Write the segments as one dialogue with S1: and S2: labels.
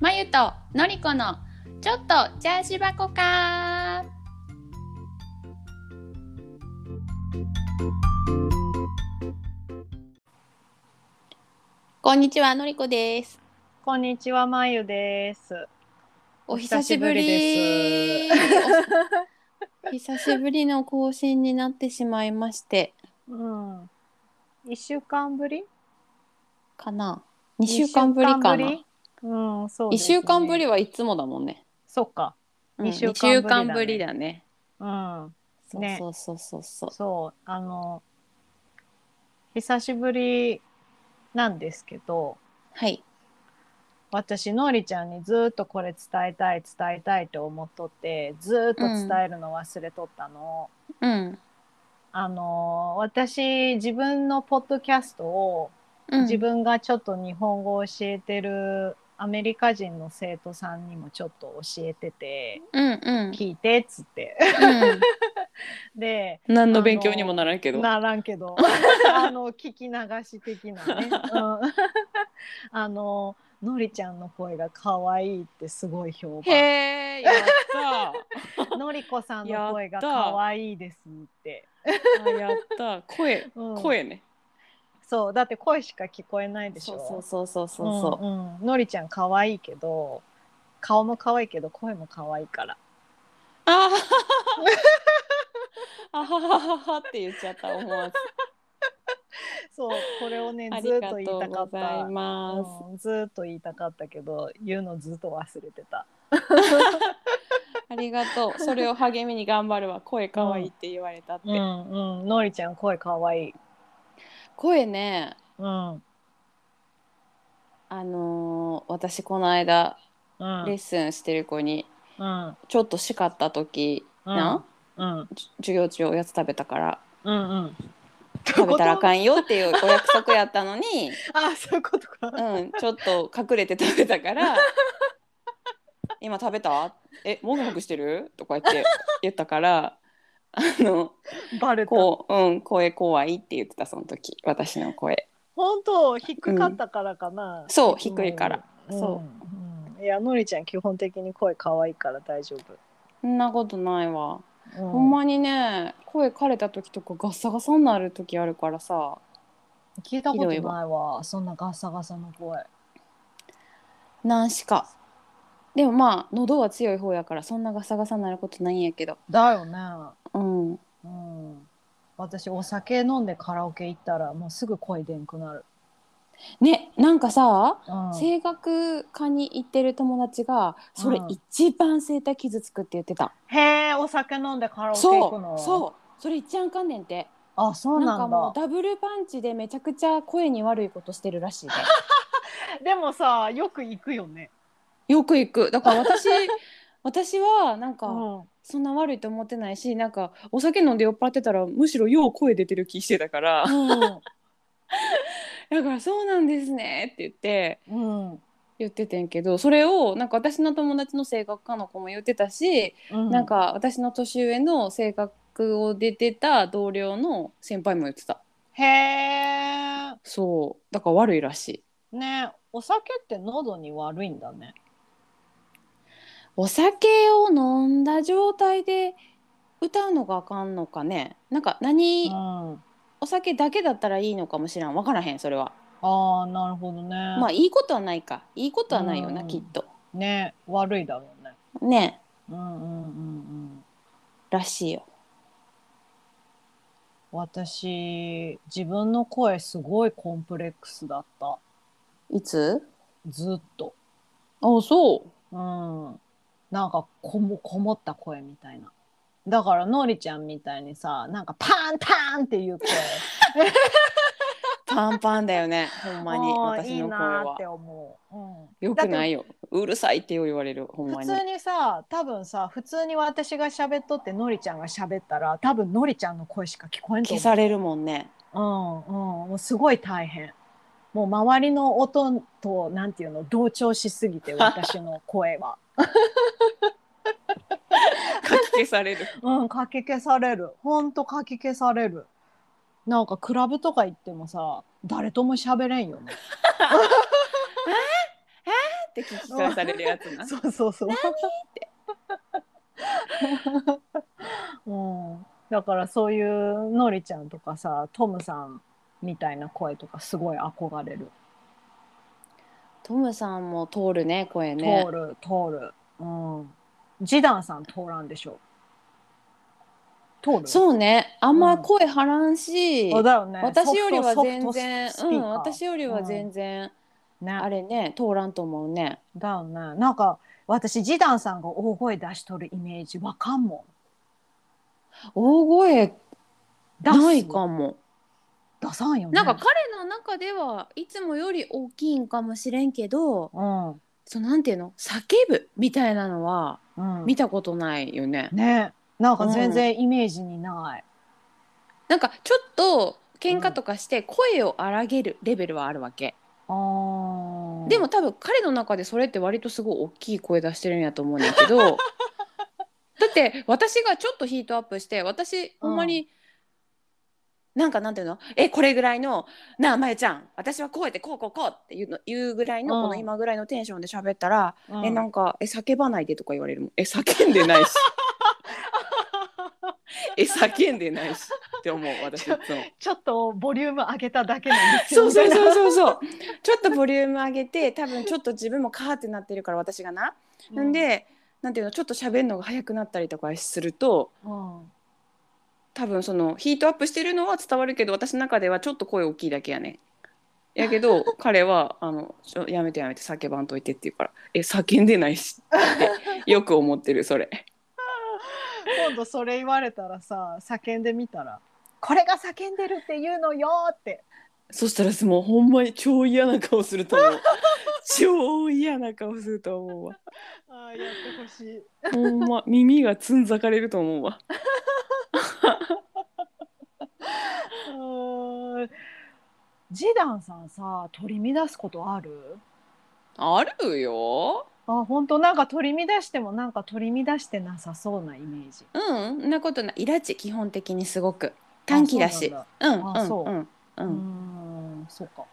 S1: まゆとのりこのちょっとチャージ箱かこんにちはのりこです
S2: こんにちは、まゆです。
S1: お久しぶり
S2: お
S1: お久しぶりの更新になってしまいまして
S2: うん。一週間ぶり。
S1: かな2週間ぶりかな
S2: 二週
S1: 1
S2: 間ぶりうん、そう、
S1: 週,、間ぶり
S2: は。
S1: はいつもだもんね、
S2: そっか。
S1: うん、
S2: 二週
S1: 2
S2: 間ぶり
S1: 週
S2: だね
S1: 間ぶりだね
S2: うん。ね
S1: そうそうそうそうそ
S2: そう、あの。久しぶり。なんですけど。
S1: うはい
S2: 私のりちゃんにずっとこれ伝えたい伝えたいと思っとってずっと伝えるの忘れとったの、
S1: うん
S2: あの私自分のポッドキャストを
S1: うん
S2: 自分がちょっと日本語を教えてるアメリカ人の生徒さんにもちょっと教えてて
S1: うんうん
S2: 聞いてっつって
S1: うん
S2: で
S1: 何の勉強にもならんけど。
S2: ならんけ どあの聞き流し的なね、うん、 あののりちゃんの声が可愛いってすごい評
S1: へえ、
S2: 判
S1: やっ
S2: のりこさんの声が可愛いですって、
S1: た。あやった。声、
S2: うん
S1: 声ね。
S2: そうだって声しか聞こえないでし
S1: そ
S2: ょ、
S1: うそうそうそうそうそう
S2: んうんのりちゃん可愛いけど顔も可愛いけど声も可愛いから
S1: う。あはははあははははって言っちゃった思わず。
S2: そうこれをね
S1: あり
S2: ずーっ
S1: が
S2: と
S1: と
S2: 言いた
S1: う
S2: か
S1: ご
S2: っ
S1: ざい
S2: た。
S1: ます。
S2: うん、ずーっと言いたかったけど言うのずっと忘れてた
S1: ありがとう。それを励みに頑張るわ。声可愛いって言われたって。
S2: んうんのりちゃん声かわいい
S1: 声ね、
S2: うんうん
S1: あのー私この間
S2: う
S1: レッ
S2: ん
S1: スンしてる子に
S2: うん
S1: ちょっと叱った時、な、
S2: うん
S1: じ授業中おやつ食べたから
S2: うん
S1: 食べたらあかんよっていうお約束やったの に。
S2: あそういうことか、
S1: うん、ちょっと隠れて食べたから「今食べたえもぐもぐしてる?」とか言って言ったからあの
S2: バレた
S1: こう、うん、声怖いって言ってたその時私の声
S2: 本当低かったからかな、
S1: そう低いからそ
S2: うん、うん、いやのりちゃん基本的に声かわいいから大丈
S1: そんなことないわ、
S2: 夫、うん
S1: ほんまにね声枯れた時とかガッサガサになる時あるからさ
S2: 聞いたこと
S1: ひど
S2: ないい
S1: わ
S2: わそんなガサガサの声
S1: 何しかでもまあ喉は強い方やからそんなガサガサになることないんやけど
S2: だよね
S1: うん
S2: うん、私お酒飲んでカラオケ行ったらもうすぐ声でんくなる、
S1: ねなんかさ
S2: うん、
S1: 声楽科に行ってる友達がそれ
S2: うん
S1: 一番声帯傷つくって言ってた、
S2: へえお酒飲んでカラオケ行く
S1: そ
S2: の
S1: うそうそれ一番かんねんて
S2: あそう
S1: な
S2: なんん
S1: か
S2: だ
S1: もうダブルパンチでめちゃくちゃ声に悪いことしてるらしいで
S2: でもさよく行くよね
S1: よく行くだから 私私はなん
S2: う
S1: か
S2: ん、
S1: そんな悪いと思ってないしなんかお酒飲んで酔っ払ってたらむしろよう声出てる気してたから だからそうなんですねって言って
S2: うんうん
S1: 言っててんけどそれをなんか私の友達の声楽科の子も言ってたし
S2: うん、
S1: なんか私の年上の性格を出てた同僚の先輩も言ってた
S2: へえ
S1: そうだから悪いらしい
S2: ねお酒って喉に悪いんだね
S1: お酒を飲んだ状態で歌うのがあかんのかねなんか何、
S2: うん
S1: お酒だけだったらいいのかもしらん分からへんそれは、
S2: ああなるほどね
S1: まあいいことはないかいいことはないよな、
S2: うん
S1: きっと
S2: ね悪いだろう
S1: ね
S2: ねうんうんうんうん
S1: らしいよ
S2: 私自分の声すごいコンプレックスだった
S1: いつ
S2: ずっと
S1: あそ
S2: うんなんかこもこもった声みたいなだからのりちゃんみたいにさなんかパーンパーンっていう声
S1: うパンパンだよ ねほんまに
S2: あー
S1: 私の声
S2: いいなー
S1: は
S2: って思う、うん、
S1: よくないいようるさいってよう言われるほんま
S2: 普
S1: に
S2: 通にさ多分さ普通に私が喋っとってのりちゃんが喋ったら多分のりちゃんの声しか聞こえんと
S1: 消
S2: 思う
S1: されるもんね
S2: うんうんもうすごい大変もう周りの音となんていうの同調しすぎて私の声は
S1: かき消され る
S2: うん、かき消される。ほんとかき消される。なんかクラブ とか行ってもさ、誰とも喋れんよね。
S1: って聞き返されるやつな。
S2: そうそうそう。うん、だからそういうのりちゃんとかさトムさんみたいな声とかすごい憧れる、
S1: トムさんも通るね声ね
S2: 通。る通る、うん、ジダンさん通らんでしょ通る
S1: そうねあんま声張らんし、
S2: あだよね
S1: 私よりは
S2: ソフト
S1: 全然
S2: ソフトスピ
S1: う
S2: ー
S1: ん
S2: カー
S1: 私よりは全然、
S2: ね
S1: あれね通らんと思うね。
S2: だよねなんか私ジダンさんが大声出しとるイメージわかんも
S1: 大声
S2: ん出す
S1: ないかも。
S2: 出さんよね
S1: なんか彼の中ではいつもより大きいんかもしれんけど、
S2: うん、う
S1: そのなんていうの叫ぶみたいなのは
S2: ん、
S1: 見たことないよね。
S2: ねなんか全然イメージにない、
S1: なんかちょっと喧嘩とかして声を荒げるレベルはあるわけ。
S2: あー
S1: でも多分彼の中でそれって割とすごい大きい声出してるんやと思うんだ けどだって私がちょっとヒートアップして私ほんまに、なんかなんていうのえこれぐらいの「なあまゆちゃん私はこうやってこうこうこう」っていうの言うぐらいの
S2: うん
S1: この今ぐらいのテンションで喋ったら「
S2: うん
S1: えなんかえ叫ばないで」とか言われるもん「え叫んで ないし」「え叫んでないし」って思う私いつも。
S2: ちょっとボリューム上げただけなんです
S1: そ
S2: よ
S1: うそう
S2: みたい
S1: そ
S2: な
S1: うそうそうちょっとボリューム上げて多分ちょっと自分もカーってなってるから私がな、なん、でなんていうのちょっと喋るのが早くなったりとかすると
S2: うんうん
S1: 多分そのヒートアップしてるのは伝わるけど私の中ではちょっと声大きいだけやねやけ ど彼はあのちょ「やめてやめて叫ばんといて」って言うから「え叫んでない し」ってよく思ってるそれ。
S2: 今度それ言われたらさ叫んでみたら「これが叫んでるって言うのよ」って
S1: そしたらもうほんまに超嫌な顔すると思 う超嫌な顔すると思うわ
S2: あーやってほしい
S1: ほんま耳がつんざかれると思うわ
S2: うーんジダンさんさ取り乱すことある
S1: あるよ。
S2: あ本当なんか取り乱してもなんか取り乱してなさそうなイメージ
S1: うん、そんなことない。イラチ基本的にすごく短気だし。
S2: あ
S1: うん、う、
S2: あそうん
S1: うん、
S2: そううなん
S1: ん。
S2: だうーんそうか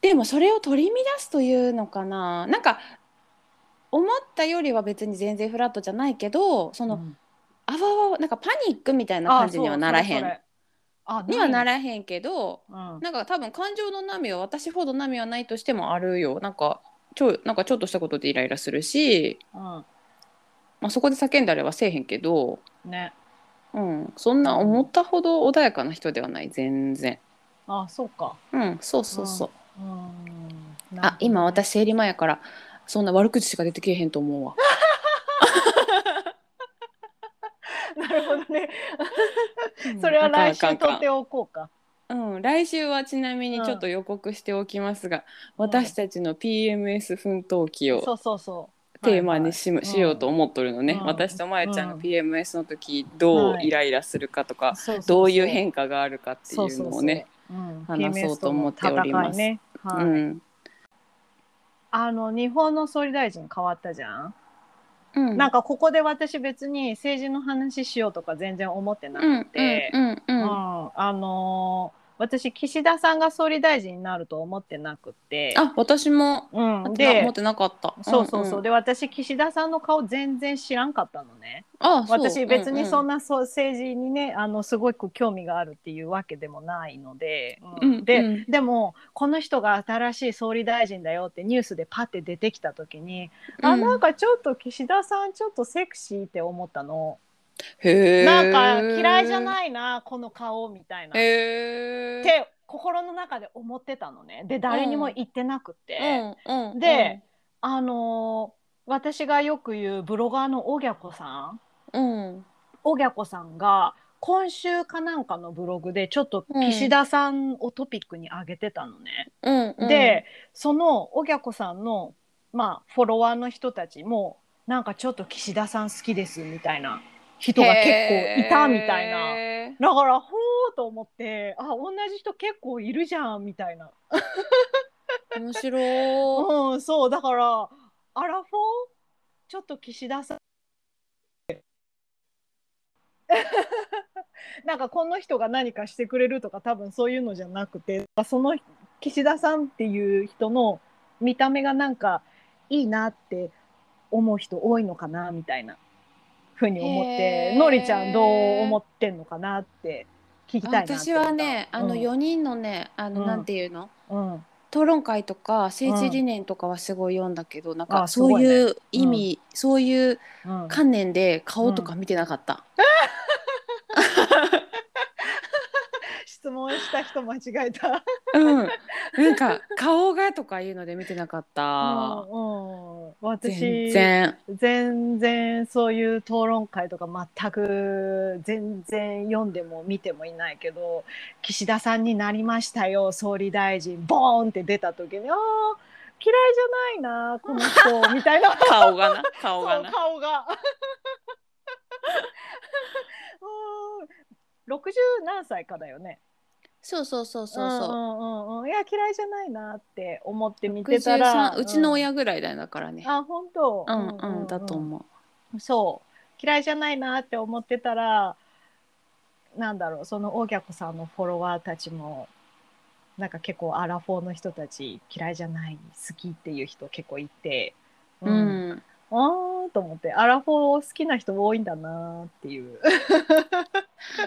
S1: でもそれを取り乱すというのかな。なんか思ったよりは別に全然フラットじゃないけど、その、
S2: うん
S1: あわわなんかパニックみたいな感じにはならへん。
S2: あ
S1: にはな
S2: ら
S1: らへんけど、
S2: うん
S1: なんか多分感情の波は私ほど波はないとしてもあるよ。なんかちょなんかちょっとしたことでイライラするし、
S2: う
S1: まあそこで叫んだりはせえへんけど。
S2: んね
S1: うん、そんな思ったほど穏やかな人ではない全然
S2: あそうか
S1: うんそうそうそう、
S2: うーん
S1: あ今私生理前やからそんな悪口しか出てけえへんと思うわ
S2: なるほどね それは来週取っておこうか。
S1: うん来週はちなみにちょっと予告しておきますが、私たちの PMS 奮闘記
S2: そ
S1: を
S2: うそうそう。
S1: テーマにし,、
S2: ん
S1: しようと思っとるのね、
S2: うん
S1: 私とまゆちゃんが
S2: うん
S1: PMS の時どう
S2: はい
S1: イライラするかとか、
S2: はいはい
S1: どういう変化があるかっていうのをね。
S2: そうそうそううん
S1: 話そうと思っております
S2: PMS との戦いねはい
S1: うん
S2: あの日本の総理大臣変わったじゃん、
S1: うん
S2: なんかここで私別に政治の話しようとか全然思ってな
S1: うん
S2: くて、
S1: うんう
S2: うん
S1: んうん
S2: あのー私岸田さんが総理大臣になると思ってなくて、
S1: あ私も
S2: うん、
S1: で持っ
S2: で
S1: てなかった。
S2: そうそうそ
S1: ん
S2: う、
S1: ん
S2: で私岸田さんの顔全然知らんかったのね。
S1: あそう
S2: 私別にそん
S1: な。
S2: なそう政治にねあのすごく興味があるっていうわけでもないので、
S1: うんうん
S2: で、
S1: うん
S2: でもこの人が新しい総理大臣だよってニュースでパッて出てきた時に、あなんかちょっと岸田さんちょっとセクシーって思ったの、
S1: へ
S2: なんか嫌いじゃ
S1: い。
S2: ないなこの顔みたいな、
S1: へ
S2: っ
S1: え。
S2: て心の中で思ってたのねで誰にも言ってなくて、
S1: うんうん
S2: で、あのー私がよく言うブロガーのおぎゃこさん
S1: うん
S2: おぎゃこさんが今週かなんかのブログでちょっと岸田さんをトピックに挙げてたのね。
S1: うんうん、
S2: でそのおぎゃこさんの、まあ、フォロワーの人たちもなんかちょっと岸田さん好きですみたいな人が結構いたみたいな。
S1: な。
S2: だからほーと思ってあ同じ人結構いるじゃんみたいな。
S1: 面白い。
S2: うんそうだからアラフォーちょっと岸田さん なんかこの人が何かしてくれるとか多分そういうのじゃなくてその岸田さんっていう人の見た目がなんかいいなって思う人多いのかなみたいなふうに思っ
S1: へ
S2: て
S1: ー
S2: のりちゃんどう思ってんのかなって聞きたいなって思った
S1: 私はねあの
S2: うん
S1: 4人のね、あ
S2: う
S1: の
S2: ん
S1: なんていうの
S2: うん
S1: 討論会とか政治理念とかはすごい読んだけど、なんか
S2: あ
S1: そういう意味、そういう
S2: うん
S1: 観念で顔とか見てなかった、
S2: 質問した人間違えた。
S1: うんなんか顔がとかいうので見てなかった、
S2: うんうん、私
S1: 全然
S2: 全然そういう討論会とか全く全然読んでも見てもいないけど岸田さんになりましたよ総理大臣ボーンって出た時にあー嫌いじゃないなこの人みたいな
S1: 顔がな 顔
S2: そ
S1: が
S2: う
S1: な
S2: 顔が。 うん60何歳かだよね
S1: そうそうそうそうそう、
S2: んうんうんうん、いや嫌いじゃないなって思って見てたら
S1: 63うちの親ぐらいだよだからね
S2: あ本当
S1: うんうん、だと
S2: う
S1: 思う
S2: そう嫌いじゃないなって思ってたらなんだろうその大脚さんのフォロワーたちもなんか結構アラフォーの人たち嫌いじゃない好きっていう人結構いて、
S1: うん、
S2: あーと思ってアラフォー好きな人多いんだなーっていう、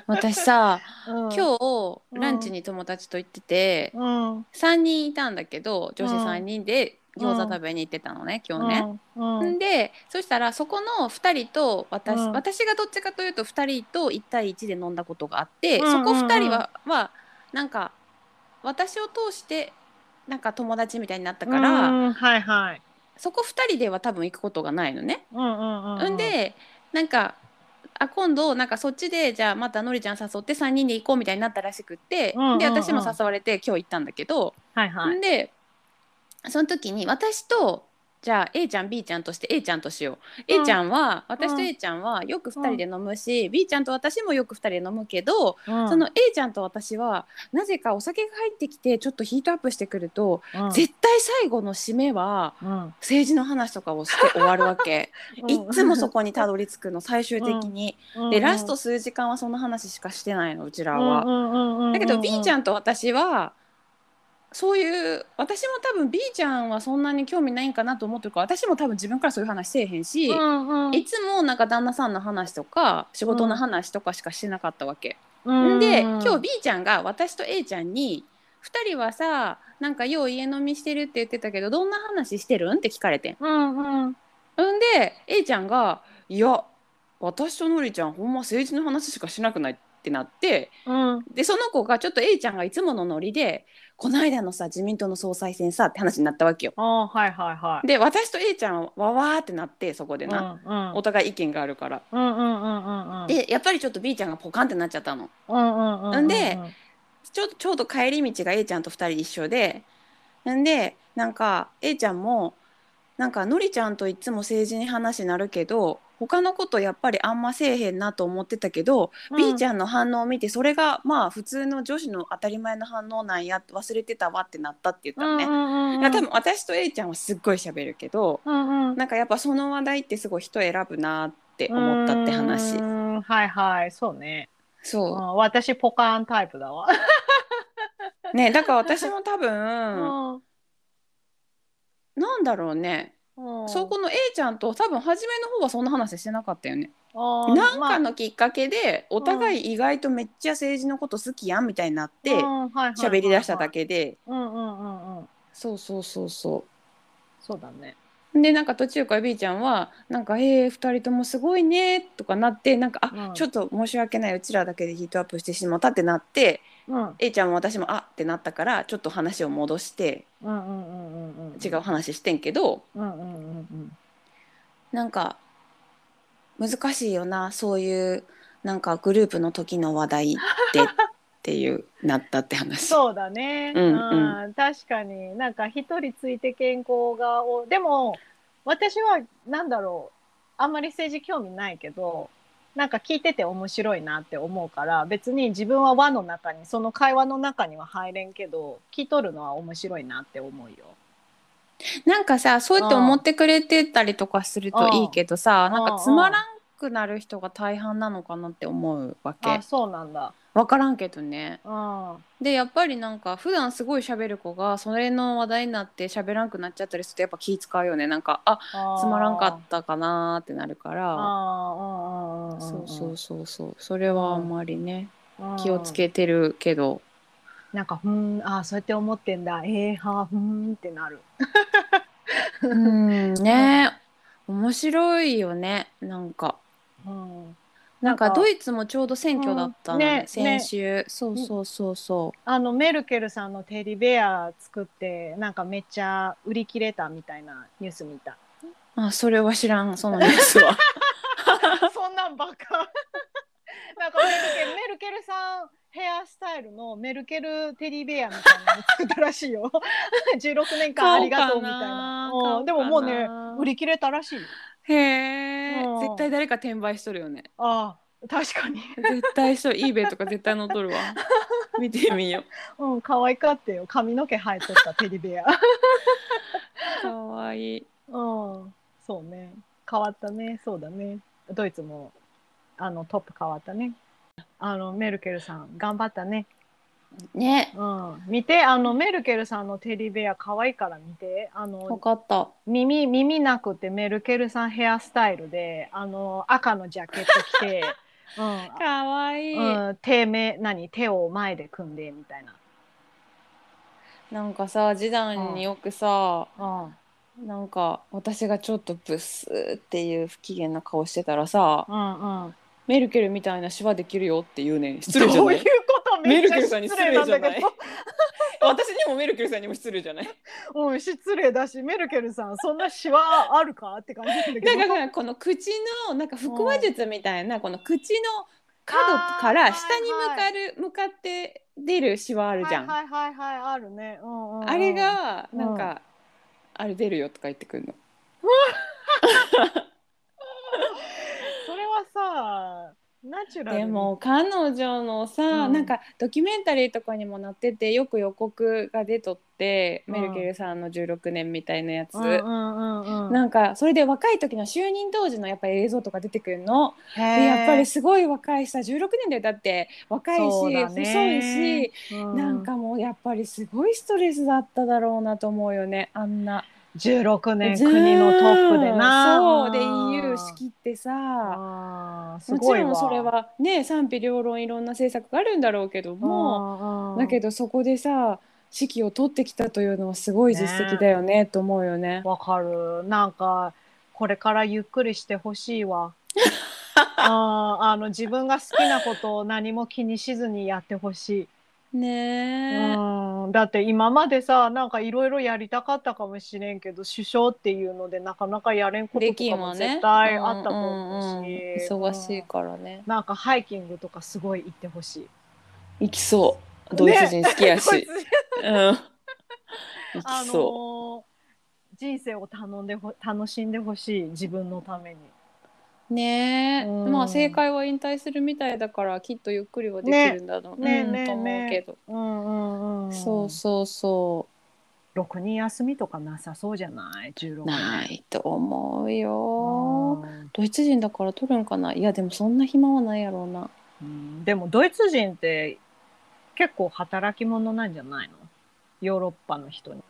S1: 私さ
S2: 今
S1: 今日
S2: うん
S1: ランチに友達と行ってて、
S2: うん、
S1: 3人いたんだけど女子
S2: うん
S1: 3人で餃子食べに行ってたのね、今日ね。
S2: うん、うん
S1: んでそしたらそこの2人と私,、
S2: うん
S1: 私がどっちかというと2人と1対1で飲んだことがあって、
S2: うんうんうん
S1: そこ2人ははなんか私を通してなんか友達みたいになったから、
S2: うんはいはい、
S1: そこ2人では多分行くことがないのね。
S2: うんうんうん
S1: んでなんかあ今度なんかそっちでじゃあまたのりちゃん誘って3人で行こうみたいになったらしくって、
S2: うんうんうん
S1: で私も誘われて今日行ったんだけど、
S2: はいはい、
S1: でその時に私とじゃあ A ちゃん B ちゃんとして A ちゃんとしよう、
S2: うん
S1: A ちゃんは私と
S2: うん
S1: A ちゃんはよく2人で飲むし、B ちゃんと私もよく2人で飲むけど、
S2: うん
S1: その A ちゃんと私はなぜかお酒が入ってきてちょっとヒートアップしてくると、絶対最後の締めは
S2: うん
S1: 政治の話とかをして終わるわけ
S2: うん
S1: いっつもそこにたどり着くの最終的に、
S2: うん
S1: でラスト数時間はその話しかしてないのうちらは。だ
S2: だ
S1: けど B ち
S2: ん
S1: ゃんと私はそういう私も多分 B ちゃんはそんなに興味ないんかなと思ってるから私も多分自分からそういう話せえへんし、
S2: うんうん
S1: いつもなんか旦那さんの話とか仕事の話とかしかしてなかったわけ。
S2: うん
S1: ん、で今日 B ちゃんが私と A ちゃんに「2人はさなんかよう家飲みしてるって言ってたけどどんな話してるん?」って聞かれてん。
S2: うんうん
S1: んで A ちゃんが「いや私とのりちゃんほんま政治の話しかしなくない?」ってなって。
S2: うん
S1: でその子がちょっと A ちゃんがいつものノリで「この間のさ自民党の総裁選さ」って話になったわけよ。
S2: ああはいはいはい。
S1: で私と A ちゃんはわわーってなってそこで
S2: うんう
S1: な、
S2: ん
S1: お互い意見があるから。
S2: うんうんうんうんうん。
S1: でやっぱりちょっと B ちゃんがポカンってなっちゃったの。
S2: うんうんうんうん
S1: んでちょちょうど帰り道が A ちゃんと2人一緒でんでなんか A ちゃんもなんかのりちゃんといつも政治に話になるけど他のことやっぱりあんませえへんなと思ってたけど、B ち
S2: ゃん
S1: ゃんの反応を見てそれがまあ普通の女子の当たり前の反応なんや忘れてたわってなったって言ったのね。
S2: ね
S1: いや多分私と A ちゃんはすっごい喋るけど
S2: うんうん
S1: なんかやっぱその話題ってすごい人選ぶなって思ったって話
S2: うんはいはいそうね。うん
S1: そ
S2: 私ポカーンタイプだわ。
S1: うねだから私も多分
S2: うん
S1: なんだろうね
S2: うん
S1: そこの A ちゃんと多分初めの方はそんな話してなかったよね
S2: あー
S1: なんか
S2: まあ
S1: のきっかけでお互い意外とめっちゃ政治のこと好きやんみたいになって
S2: うんはいはいはいはい
S1: 喋り出しただ。けで
S2: うんうんうんうん
S1: そうそうそうそう
S2: そうだね。
S1: でなんか途中から B ちゃんは「なんかえー、2人ともすごいね」とかなってなんか「あ、
S2: うん
S1: ちょっと申し訳ないうちらだけでヒートアップしてしまった」ってなって
S2: うん
S1: A ちゃんも私も「あっ」てなったからちょっと話を戻して
S2: うんうんうんうんうん
S1: 違う話してんけど
S2: うんうんうんうん
S1: なんか難しいよなそういうなんかグループの時の話題ってっていうなったって話。
S2: そうだね、
S1: うんうん
S2: うん確かになんか一人ついて健康がおでも私はなんだろうあんまり政治興味ないけどなんか聞いてて面白いなって思うから別に自分は輪の中にその会話の中には入れんけど聞いとるのは面白いなって思うよ。
S1: なんかさそうやって
S2: うん
S1: 思ってくれてたりとかするといいけどさ
S2: ん
S1: なん
S2: う
S1: か
S2: ん
S1: つまらんくなる人が大半なのかなって思うわけ
S2: あ。そうなんだ。
S1: 分からんけどね
S2: うん。
S1: でやっぱりなんか普段すごい喋る子がそれの話題になって喋らんくなっちゃったりするとやっぱ気使うよねなんかあつ
S2: つ
S1: まらんかったかなーってなるから
S2: ああ、
S1: そうそうそうそうそれはあんまりね
S2: うん。
S1: 気をつけてるけど
S2: なんか、ふーん、ああ、そうやって思ってんだ。えー、はーふーんってなる。
S1: うんね面白いよねなんか
S2: うん。
S1: なん
S2: な
S1: か
S2: んか
S1: ドイツもちょうど選挙だったの
S2: うん
S1: ね
S2: ね
S1: 先週、そうそうそうそ
S2: あの、メルケルさんのテディベア作って、なんかめっちゃ売り切れたみたいなニュース見た。
S1: うあそれは知らんそのニュースは
S2: そんなんばっか。 なんかメルケル、メルケルさんヘアスタイルのメルケルテディベアみたいなの作ったらしいよ。16年間ありがとうみたいな。
S1: 買おうかな
S2: うんでももうね
S1: 買おうかな、
S2: 売り切れたらしいよ。
S1: へえ
S2: うん
S1: 絶対誰か転売しとるよね
S2: ああ、確かに。
S1: 絶対そう eBay とか絶対乗っとる わ見てみよ
S2: うん、可愛かってよ。髪の毛生えとったテディベア。
S1: うかわいい
S2: うん、そうね。変わったね。そうだね。ドイツもあのトップ変わったね。あのメルケルさん頑張ったね。
S1: ね
S2: うん、見てあのメルケルさんのテディベア可愛いから見てあ
S1: 分
S2: の
S1: かった
S2: 耳耳なくてメルケルさんヘアスタイルであの赤のジャケット着て、
S1: かわいい、
S2: うんうん、手目何手を前で組んでみたいな。
S1: なんかさ次男によくさ、
S2: うん
S1: なんか私がちょっとブスっていう不機嫌な顔してたらさ、
S2: うんうん。
S1: メルケルみたいな手話できるよって言うねん失礼じゃない
S2: どういうこと
S1: メ
S2: めっ
S1: ル
S2: ち
S1: ケ
S2: ゃ
S1: ルさんに
S2: 失
S1: 失
S2: 礼
S1: 礼
S2: なん
S1: じゃ
S2: だ
S1: な
S2: け
S1: い
S2: ど。
S1: 私にもメルケルさんにも失礼じゃない
S2: うん、失礼だし、メルケルさん、そんなシワあるかって感じなんだけ
S1: な
S2: ど。
S1: んかさこの口のなんか腹話術みたいなこの口の角から下に向かる向かって出るシワあるじゃん。
S2: はいはいはいはい、あるね。うんうんうん、
S1: あれがなん
S2: う
S1: か「あれ出るよ」とか言ってくるの。
S2: それはさ、ナチュラルに。
S1: でも彼女のさ、
S2: うん
S1: なんかドキュメンタリーとかにもなっててよく予告が出とって、
S2: うん
S1: メルケルさんの16年みたいなやつ、
S2: うんうんうんうん、
S1: なんかそれで若い時の就任当時のやっぱり映像とか出てくるの。
S2: へ
S1: で
S2: ー
S1: やっぱりすごい若いしさ16年だよだって若いし、
S2: そうだね
S1: 細いし、
S2: う
S1: なんかもうやっぱりすごいストレスだっただろうなと思うよねあんな。
S2: 16年国のトップでな。
S1: そうで
S2: ん
S1: EU 仕切ってさ
S2: あーす
S1: もち
S2: ごい
S1: ろ
S2: わ
S1: んそれはね賛否両論いろんな政策があるんだろうけども、
S2: うんうん
S1: だけどそこでさ指揮を取ってきたというのはすごい実績だよねと思うよね。
S2: わかる。なんか、これからゆっくりしてほし いわ。あーあの自分が好きなことを何も気にしずにやってほしい、
S1: ねえ
S2: うんだって今までさなんかいろいろやりたかったかもしれんけど首相っていうのでなかなかやれんこと
S1: で
S2: と
S1: き
S2: か
S1: んわ
S2: も
S1: ね
S2: 絶対あったと思うし、
S1: うんうんうん忙しい
S2: うん
S1: からね。
S2: なんかハイキングとかすごい行ってほしい
S1: 行きそうドイツ人好きやし、
S2: こいつ
S1: うん行
S2: あ
S1: き
S2: の
S1: そ
S2: ー人生を頼んでほ楽しんでほしい自分のために
S1: うねえ、
S2: うん
S1: まあ正解は引退するみたいだからきっとゆっくりはできるんだろう、
S2: ね
S1: うん
S2: ねね
S1: と思うけど、
S2: うんうんうん
S1: そうそうそ
S2: 6人休みとかなさそうじゃない
S1: う
S2: 16人
S1: ないと思うよ、
S2: う
S1: ドイツ人だから取るんかないやでもそんな暇はないやろうなん
S2: でもドイツ人って結構働き者なんじゃないのヨーロッパの人に。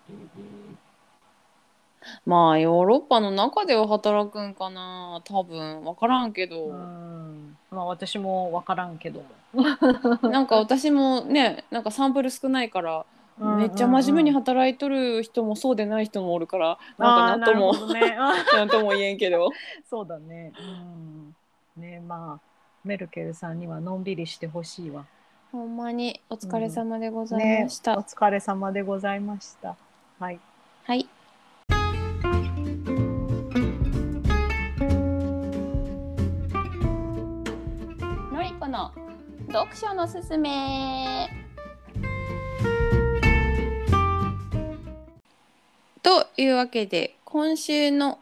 S1: まあヨーロッパの中では働くんかな多分分からんけど、
S2: うんまあ私も分からんけども。
S1: なんか私もねなんかサンプル少ないからめっちゃ真面目に
S2: 働
S1: 働いとる人もそうでない人もおるからなんかなんとも
S2: も。ね、あ
S1: なんとも言えんけど
S2: そうだね。うん、ねまあメルケルさんにはのんびりしてほしいわ。
S1: ほんまにお疲
S2: 疲
S1: れ
S2: れ
S1: 様でござい
S2: ね
S1: ました、
S2: お疲れ様でございました。はい。
S1: はいのりこの読書のすすめというわけで今週の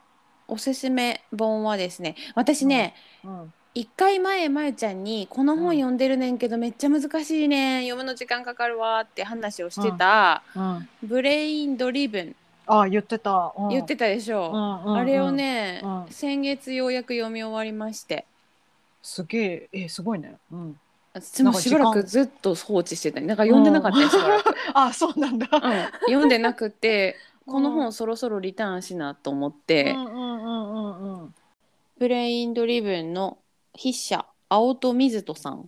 S1: おすすめ本はですね私ね、
S2: うんうん、
S1: 一回前まゆちゃんに「この本読んでるねんけどめっちゃ難しいねん読むの時間かかるわ」って話をしてた
S2: うん、
S1: 「ブレインドリブン
S2: あ言ってた。う」ん
S1: 言ってたでし
S2: う
S1: ょ、
S2: んうんうん
S1: あれをね、
S2: うん
S1: 先月ようやく読み終わりまして
S2: すげえ、え、すごいね。うん。
S1: 私もしばらくずっと放置してたなんか読んでなかったよしばらく、
S2: あ、そうなんだ。
S1: うん、読んでなくてこの本そろそろリターンしなと思って、
S2: うんうんうんうんうん
S1: ブレインドリブンの筆者青戸水人さん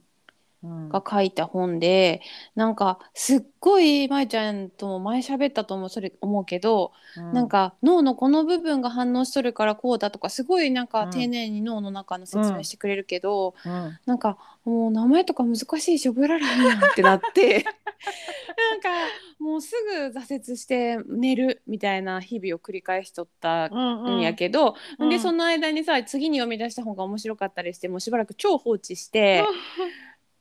S2: うん。
S1: が書いた本でなんかすっごいまえちゃんとも前喋ったと思うそれ思うけど、なんか脳のこの部分が反応しとるからこうだとかすごいなん
S2: う
S1: か
S2: ん
S1: 丁寧に脳の中の説明してくれるけど、
S2: うん、うん
S1: なんかもう名前とか難しいし覚えられへんやんってなってなんかもうすぐ挫折して寝るみたいな日々を繰り返しとった
S2: うんうんん
S1: やけど、
S2: うん
S1: で
S2: うん
S1: その間にさ次に読み出した本が面白かったりしてもうしばらく超放置して、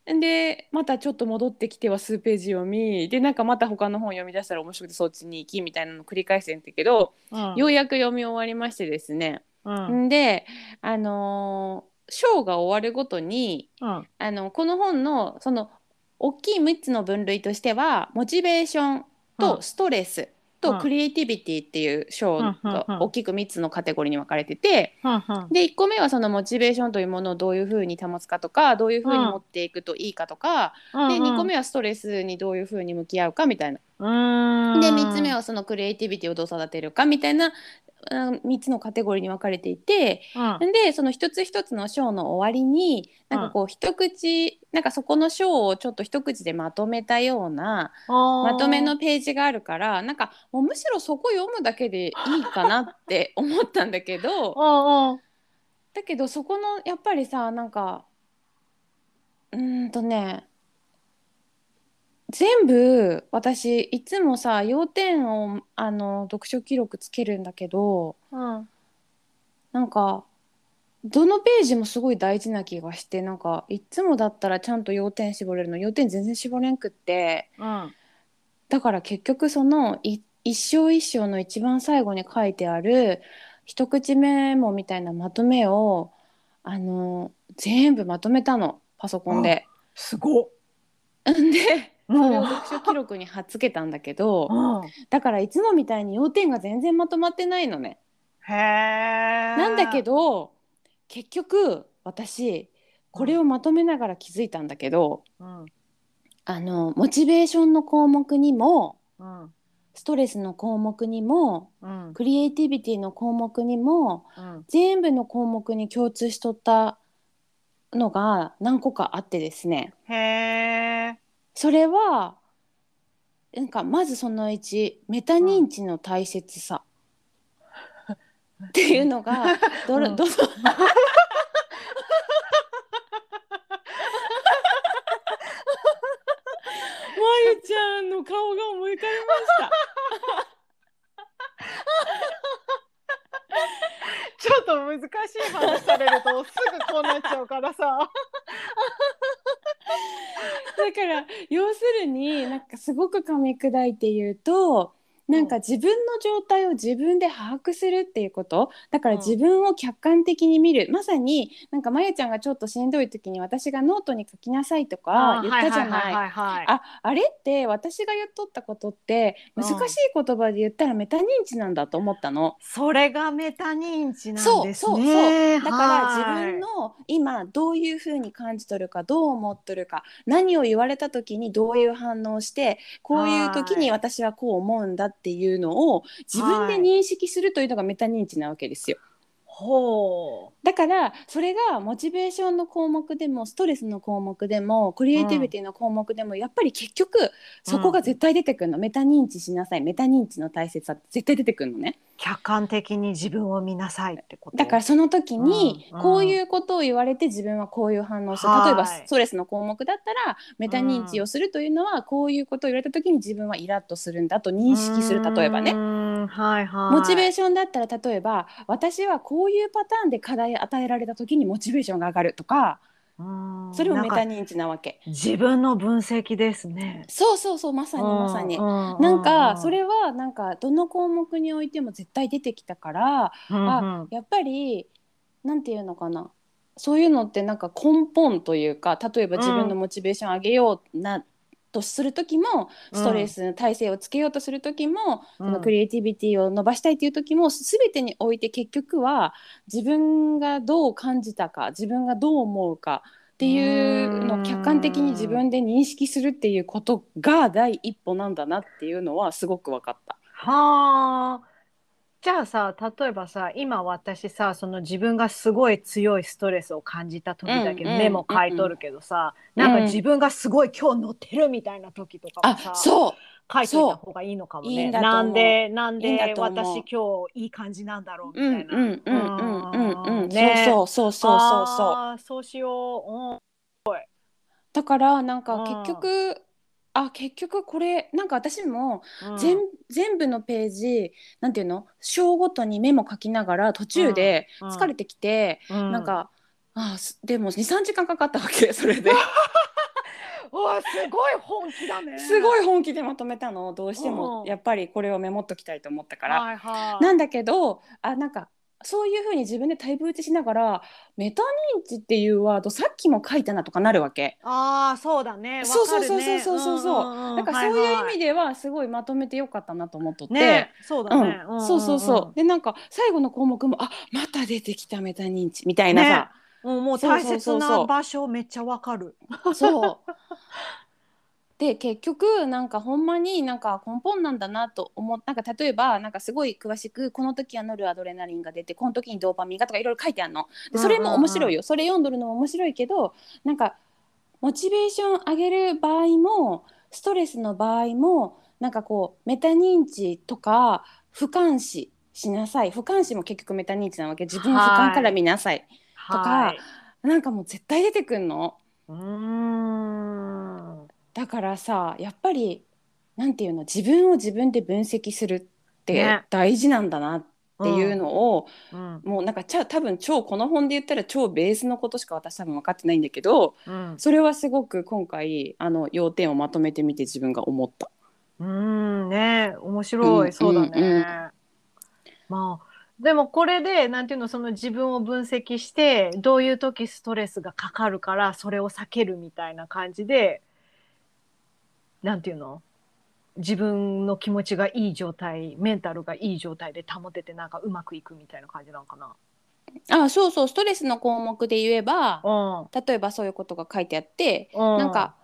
S1: でまたちょっと戻ってきては数ページ読みでなんかまた他の本読み出したら面白くてそっちに行きみたいなの繰り返してんだけど、
S2: うん
S1: ようやく読み終わりましてですね、
S2: うん
S1: んであのー章が終わるごとに
S2: うん
S1: あのこの本のその大きい6つの分類としてはモチベーション
S2: う
S1: と
S2: ん
S1: ストレス
S2: う
S1: と
S2: ん
S1: クリエイティビティっていう章
S2: うんうんうん
S1: が大きく3つのカテゴリーに分かれてて
S2: うん
S1: で1個目はそのモチベーションというものをどういうふうに保つかとかどういうふうに持っていくといいかとかで2個目はストレスにどういうふうに向き合うかみたいな
S2: うん
S1: で3つ目
S2: は、
S1: はそのクリエイティビティをどう育てるかみたいな3つのカテゴリーに分かれていて
S2: うん
S1: でその一つ一つの章の終わりになんかこう一口、なんかそこの章をちょっと一口でまとめたようなまとめのページがあるからなんかもうむしろそこ読むだけでいいかなって思ったんだけど
S2: おー
S1: だけどそこのやっぱりさなんかうーんとね全部私いつもさ要点をあの読書記録つけるんだけど。
S2: うんうん
S1: なんかどのページもすごい大事な気がしてなんかいつもだったらちゃんと要点絞れるの要点全然絞れんくって
S2: うん
S1: だから結局そのい一章一章の一番最後に書いてある一口メモみたいなまとめをあの全部まとめたのパソコンで。
S2: すごっ
S1: んで
S2: うん
S1: それを読書記録に貼っつけたんだけど
S2: うん
S1: だからいつもみたいに要点が全然まとまってないのね。
S2: へえ
S1: なんだけど結局私これをまとめながら気づいたんだけど、
S2: うん
S1: あのモチベーションの項目にも
S2: うん
S1: ストレスの項目にも
S2: うん
S1: クリエイティビティの項目にも
S2: うん
S1: 全部の項目に共通しとったのが何個かあってですね
S2: へえ
S1: それはなんかまずその1メタ認知の大切さ、っていうのがどれ、
S2: う ん
S1: どのまゆちゃんの顔が思い浮かびました。
S2: ちょっと難しい話されるとすぐこうなっちゃうからさ
S1: だから要するになんかすごく噛み砕いて言うと。なんか自分の状態を自分で把握するっていうことだから
S2: うん
S1: 自分を客観的に見る、まさになんかまゆちゃんがちょっとしんどい時に私がノートに書きなさいとか言ったじゃない
S2: はいはい
S1: ああれって私が言っとったことって
S2: うん
S1: 難しい言葉で言ったらメタ認知なんだと思ったの。
S2: それがメタ認知なんですね
S1: そうそうそうだから自
S2: はい
S1: 分の今どういうふうに感じとるかどう思っとるか何を言われた時にどういう反応をしてこういう時に私はこう思うんだっていうのを自分で認識するというのがメタ認知なわけですよ。
S2: ほ
S1: だからそれがモチベーションの項目でもストレスの項目でもクリエイティビティの項目でも、やっぱり結局そこが絶対出てくるの、メタ認知しなさいメタ認知の大切さって絶対出てくるのね
S2: う客観的に自分を見なさいってこと
S1: だからその時に
S2: うん
S1: こういうことを言われて自分はこういう反応をする、
S2: はい
S1: 例えばストレスの項目だったらメタ認知をするというのはこういうことを言われた時に自分はイラッとするんだと認識する例えばね
S2: う。ーんはいはい
S1: モチベー
S2: シ
S1: ションだったら例えば私はこういうパターンで課題与えられた時にモチベーションが上がるとか
S2: ョ
S1: それもメタ
S2: に
S1: 認知なわけ。
S2: 自分の分析ですね
S1: そうそうそうまさにまさに。なんかそれはなんかどの項目においても絶対出てきたから
S2: あ
S1: やっぱりなんていうのかなそういうのってなんか根本というか例えば自分のモチベーション上げような、とする時もストレスの体制をつけようとする時も、そのクリエイティビティを伸ばしたいという時も全てにおいて結局は自分がどう感じたか自分がどう思うかっていうのを客観的に自分で認識するっていうことが第一歩なんだなっていうのはすごく分かった。
S2: はあ。じゃあさ、例えばさ、今私さ、その自分がすごい強いストレスを感じた時だけ
S1: うんうん
S2: メモ書いとるけどさ、
S1: うん
S2: なんか自分がすごい今日乗ってるみたいな時とかもさ
S1: あ、そう
S2: 書いといた方がいいのかも
S1: そういい
S2: ね。
S1: んだと思う
S2: なんで、なん
S1: いいん
S2: で
S1: だと思う
S2: 私今日いい感じなんだろ
S1: う
S2: うみ
S1: ん
S2: た
S1: う
S2: い
S1: んうん
S2: な。
S1: うんうんうん、
S2: ね
S1: そうそうそうそうそうそう
S2: あーそうしよ
S1: だからなんか
S2: うん
S1: 結局あ結局これなんか私も
S2: う。うん
S1: 全,、全部のページなんていうの章ごとにメモ書きながら途中で
S2: うん
S1: 疲れてきて、
S2: うん
S1: なんかあすでも23時間かかったわけそ れで
S2: うわすごい本気だね。
S1: すごい本気でまとめたのどうしても
S2: うん
S1: やっぱりこれをメモっときたいと思ったから、
S2: はいはい。
S1: なんだけどあなんかそういうふうに自分でタイプ打ちしながらメタ認知っていうワードさっきも書いたなとかなるわけ。
S2: ああそうだね。
S1: そう
S2: わかるね
S1: そうそうそうそうそ
S2: んんん
S1: なんかそういう意
S2: はは
S1: 味ではすごいまとめてよかったなと思っとって、
S2: ね、そうだね。
S1: うん
S2: んんん
S1: そうそうそう、でなんか最後の項目もあまた出てきたメタ認知みたいなさ、
S2: うんもう
S1: そう
S2: 大
S1: そう
S2: 切
S1: そうそう
S2: な場所めっちゃわかる。
S1: そうで結局なんかほんまになんか根本なんだなと思っなんか例えばなんかすごい詳しくこの時はノルアドレナリンが出てこの時にドーパミンがとかいろいろ書いてあるのでそれも面白いよ、それ読んどるのも面白いけどなんかモチベーション上げる場合もストレスの場合もなんかこうメタ認知とか俯瞰視しなさい俯瞰視も結局メタ認知なわけ自分を俯瞰から見なさいと
S2: と
S1: か、なんかもう絶対出てくんの。
S2: うーん。
S1: だからさやっぱりなんていうの自分を自分で分析するって
S2: ね
S1: 大事なんだなっていうのを、
S2: うん。
S1: もうなんかちゃ多分超この本で言ったら超ベースのことしか私多分分かってないんだけど
S2: うん。
S1: それはすごく今回あの要点をまとめてみて自分が思った。
S2: うん。ね、面白
S1: う
S2: い。
S1: ん
S2: そうだね。
S1: うんうん
S2: まあ。でもこれで、なんていうの、その自分を分析して、どういう時ストレスがかかるから、それを避けるみたいな感じで、なんていうの自分の気持ちがいい状態、メンタルがいい状態で保てて、なんかうまくいくみたいな感じなのかな。
S1: あそうそうストレスの項目で言えば
S2: う
S1: 例えばそういうことが書いてあって、
S2: ん。う
S1: なん、か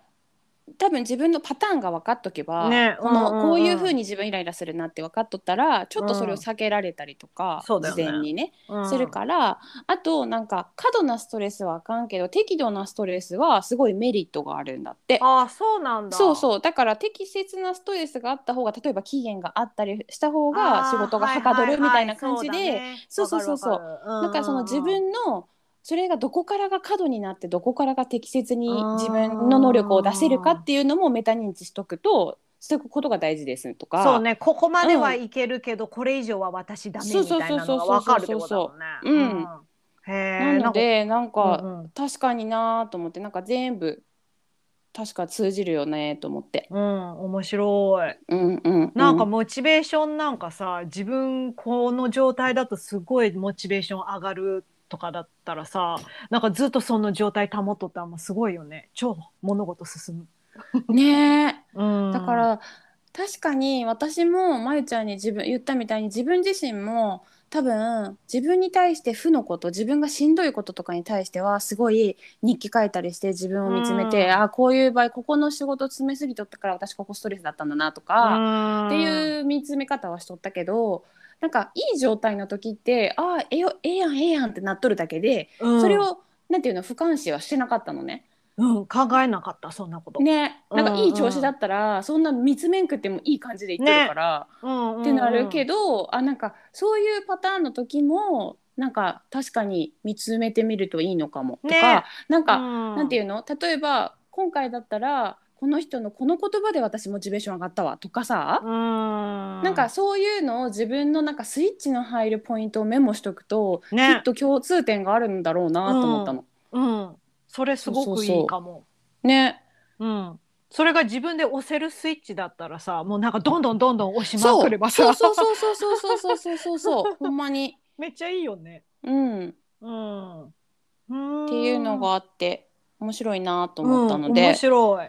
S1: 多分自分のパターンが分かっとけば、
S2: ね
S1: こ
S2: うん
S1: の
S2: うんうん
S1: こういうふうに自分イライラするなって分かっとったらちょっとそれを避けられたりとか、
S2: そうだよね
S1: 事前にね
S2: うん
S1: する。から、あとなんか過度なストレスはあかんけど適度なストレスはすごいメリットがあるんだって。
S2: ああ、そうなんだ。
S1: そうそうだから適切なストレスがあった方が例えば期限があったりした方が仕事がはかどるみたいな感じで、そうそうそうそう
S2: な
S1: なんかその自分のそれがどこからが過度になってどこからが適切に
S2: あー
S1: 自分の能力を出せるかっていうのもメタ認知しとくとしておくことが大事ですとか
S2: そうねここまではいけるけど、これ以上は私ダメみたいなのが分かるってことだもん
S1: そ
S2: ね。
S1: うそうそうそうそう
S2: うんへ
S1: な
S2: え
S1: のでなん
S2: なん
S1: か、
S2: かうん
S1: 確かになーと思ってなんか全部確か通じるよねと思って
S2: うん、面白い。
S1: うんうん、うん、
S2: なんかモチベーションなんかさ、自分この状態だとすごいモチベーション上がるとかだったらさ、なんかずっとその状態保っとったらもうすごいよね。超物事進む。
S1: ね
S2: うん、
S1: えだか、ら、確かに私もまゆちゃんに自分言ったみたいに自分自身も多分自分に対して負のこと自分がしんどいこととかに対してはすごい日記書いたりして自分を見つめて、
S2: うん
S1: あこういう場合ここの仕事詰めすぎとったから私ここストレスだったんだなとか、
S2: うん、
S1: っていう見つめ方はしとったけどなんかいい状態の時ってああええよええやんええやんってなっとるだけで、
S2: うん、
S1: それをなんていうの俯瞰視はしてなかったのね。
S2: うん、考えなかったそんなこと。
S1: ねなん
S2: う
S1: か
S2: んうん
S1: いい調子だったら、そんな見つめんくってもいい感じでいってるから、
S2: うんうんうん、
S1: ってなるけど、あなんかそういうパターンの時もなんか確かに見つめてみるといいのかもとか、
S2: ね
S1: なんか、
S2: な
S1: なんていううの例えば今回だったらこの人のこの言葉で私モチベーション上がったわとかさ、
S2: な
S1: なんかそういうのを自分のなんかスイッチの入るポイントをメモしとくと、き
S2: ね
S1: っ、と共通点があるんだろうなと思ったの。
S2: うん、それすごくいいかも。
S1: ね、
S2: うん、それが自分で押せるスイッチだったらさ、もうなんかどんどんどんどん押しま
S1: そ
S2: く
S1: う
S2: れば
S1: そ
S2: さ
S1: う、そうそうそうそうそうそうそうそうそうほんまに、
S2: めっちゃいいよね。
S1: うん、っ
S2: うん、うん
S1: ていうのがあって面白いなと思ったの
S2: うん
S1: で、
S2: 面白い。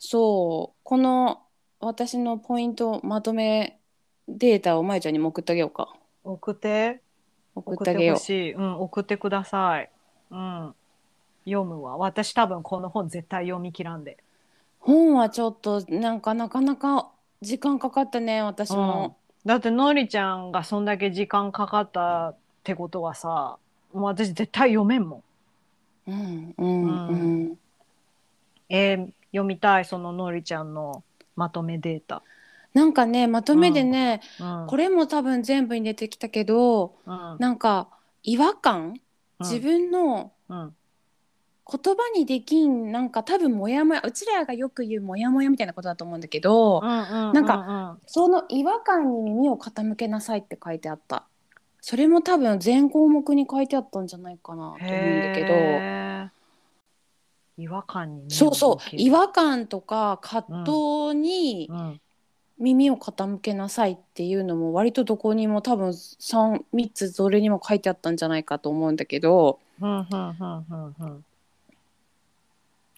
S1: そうこの私のポイントまとめデータをまゆちゃんにも送ってあげようか
S2: 送って、
S1: 送っ
S2: 送って
S1: あげ
S2: て
S1: よ
S2: ほしい。うん、送ってください。うん、
S1: う
S2: 読むわ私多分この本絶対読み切らんで
S1: 本はちょっとなんかなかなか時間かかったね私も、
S2: だってのりちゃんがそんだけ時間かかったってことはさもう私絶対読めんもん
S1: うん、うんうん
S2: うんえー読みたいそののりちゃんのまとめデータ、
S1: なんかねまとめでね、
S2: うん
S1: これも多分全部に出てきたけど
S2: うん
S1: なんか違和感自分の
S2: うん
S1: 言葉にできんなんか多分モヤモヤうちらがよく言うモヤモヤみたいなことだと思うんだけど、
S2: な
S1: なん
S2: か、
S1: その違和感に耳を傾けなさいって書いてあったそれも多分全項目に書いてあったんじゃないかなと思うんだけど。
S2: へー違和感にね
S1: そうそう
S2: 向ける
S1: 違和感とか葛藤に
S2: うん
S1: 耳を傾けなさいっていうのも割とどこにも多分 3, 3つどれにも書いてあったんじゃないかと思うんだけど
S2: うんうんうんうんうん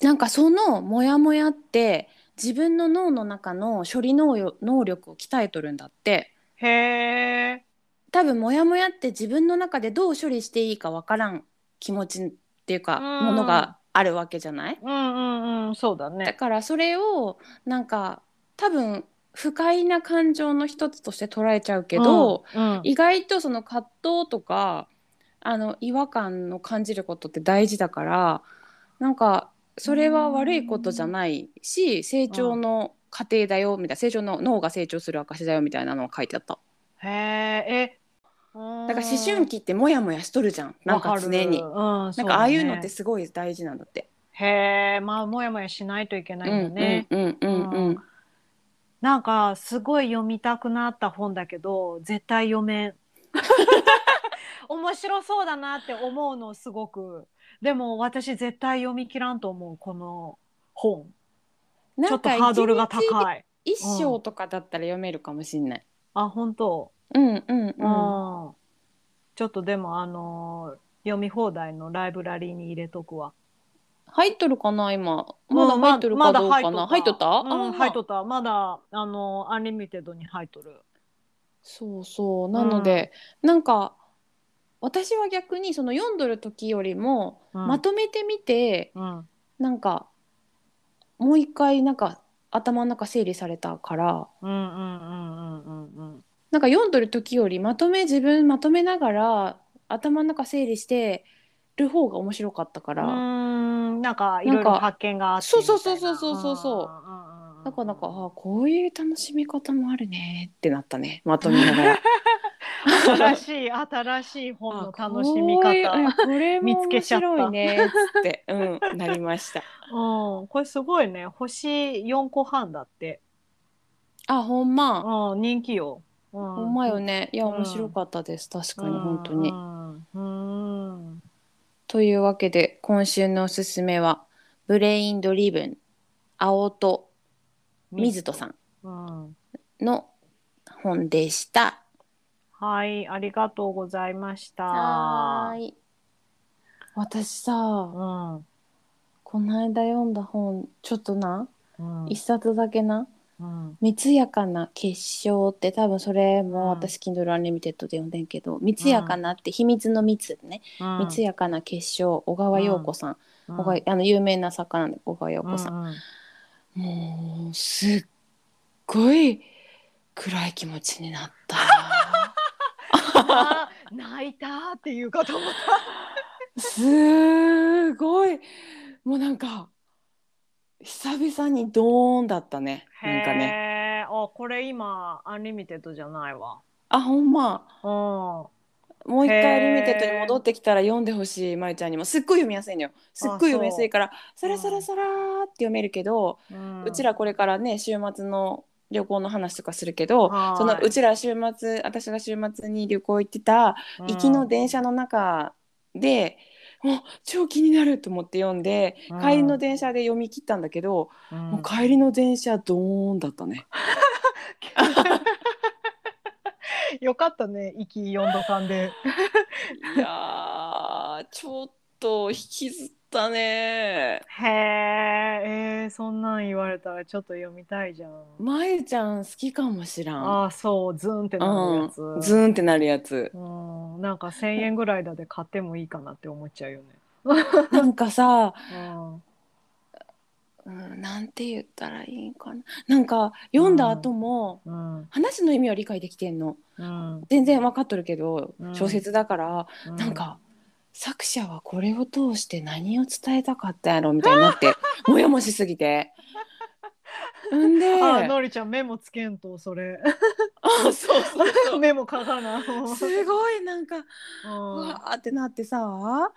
S1: なんかそのモヤモヤって自分の脳の中の処理能力能力を鍛えとるんだって
S2: へえ
S1: 多分モヤモヤって自分の中でどう処理していいかわからん気持ちっていうか
S2: うん
S1: ものがあるわけじゃない
S2: うんうんうんそうだ
S1: だ
S2: ね
S1: からそれをなんか多分不快な感情の一つとして捉えちゃうけど、
S2: うんうん
S1: 意外とその葛藤とかあの違和感を感じることって大事だからなんかそれは悪いことじゃないし成長の過程だよみたいな成長の脳が成長する証だよみたいなのが書いてあった
S2: へええ
S1: だ
S2: だ
S1: から思春期ってモヤモヤしとるじゃんなんか常に、
S2: なん
S1: なんかああいうのってすごい大事なんだって。
S2: へえまあもやもやしないといけないんだね、
S1: うんうんうんうん
S2: なんかすごい読みたくなった本だけど絶対読め ん面白そうだなって思うのすごくでも私絶対読み切らんと思うこの本ちょ
S1: な
S2: っ
S1: ん
S2: と
S1: か
S2: ハードルが
S1: 一日
S2: 高い
S1: 一章とかだったら読めるかもしんない。
S2: あ本当
S1: うんうんうん。
S2: うん、ちょっとでもあのー読み放題のライブラリーに入れとくわ
S1: 入っとるかな今。まだ入っとるかどうかな。
S2: まだ
S1: 入っとった？
S2: うん、
S1: あー
S2: 入っとったまだあのーアンリミテッドに入っとる
S1: そうそう。なので、なんか私は逆にその読んどる時よりも、
S2: うん
S1: まとめてみて
S2: うん
S1: なんかもう一回なんか頭の中整理されたから。
S2: うんうんうんうんうんうん
S1: なんか読んどる時よりまとめ自分まとめながら頭の中整理してる方が面白かったから、
S2: うーんなんかいろいろ発見があって
S1: そうそうそうそうそうそうそうなかなか
S2: か
S1: あこういう楽しみ方もあるねってなったねまとめながら
S2: 新しい新しい本の楽しみ
S1: あこういう
S2: 方
S1: あこれも
S2: 見つけ
S1: 面
S2: ちゃった
S1: 白いねっつって、うん、なりました
S2: うんこれすごいね星4個半だって
S1: あほんま、
S2: うん人気ようん
S1: ほんまよねいや
S2: うん
S1: 面白かったです確
S2: う
S1: か
S2: ん
S1: に本当に、
S2: うんうん
S1: というわけで今週のおすすめは「ブレインドリブン青戸水戸さん
S2: うん」
S1: の本でした
S2: はいありがとうございました
S1: はーい私さ
S2: うんう
S1: この間読んだ本ちょっとなん一冊だけな
S2: うん
S1: 「三つやかな結晶」って多分それも私 Kindle Unlimited で読んでんけど「三つやかな」って秘密の密ね「三つやかな結晶」小川陽子さん、
S2: うん
S1: 小川あの有名な作家なんで小川陽
S2: う
S1: 子さん、
S2: んうん
S1: もうすっごい暗い気持ちになった
S2: あー泣いたっていうかと思った
S1: すごいもうなんか久々にドーンだったねなんかね
S2: ね。あこれ今アンリミテッドじゃないわ。
S1: あほんま
S2: うん。
S1: もう一
S2: へ
S1: 回
S2: ー
S1: リミテッドに戻ってきたら読んでほしいまゆちゃんにもすっごい読みやすいのよすっごい読みやすいから
S2: そ
S1: さ
S2: う
S1: らさらさらーって読めるけど、
S2: う
S1: うんちらこれからね週末の旅行の話とかするけど
S2: はい
S1: そのうちら週末私が週末に旅行行ってた行きの電車の中で、もう超気になると思って読んで、
S2: うん
S1: 帰りの電車で読み切ったんだけど、
S2: うん
S1: もう帰りの電車ドーンだったね。
S2: よかったね息四度間で。
S1: いやーちょっと引きずったね
S2: へええー、そんなん言われたらちょっと読みたいじゃん。
S1: まゆちゃん好きかもしらん。
S2: あーそうズーンってなるやつ。
S1: うん、ズーンってなるやつ。
S2: うんなんか千円ぐらいだで買ってもいいかなって思っちゃうよね。
S1: なんかさ、
S2: うん
S1: うん、なんて言ったらいいんかななんか読んだ後も、
S2: うん
S1: 話の意味は理解できてんの
S2: うん
S1: 全然わかっとるけど、
S2: うん
S1: 小説だから、なんか作者はこれを通して何を伝えたかったやろみたいになって もやもやしすぎて。んで
S2: あーのりちゃんメモつけんとそれ
S1: あ そうそうそ
S2: メモ書かな
S1: う すごいなんかうわーってなってさ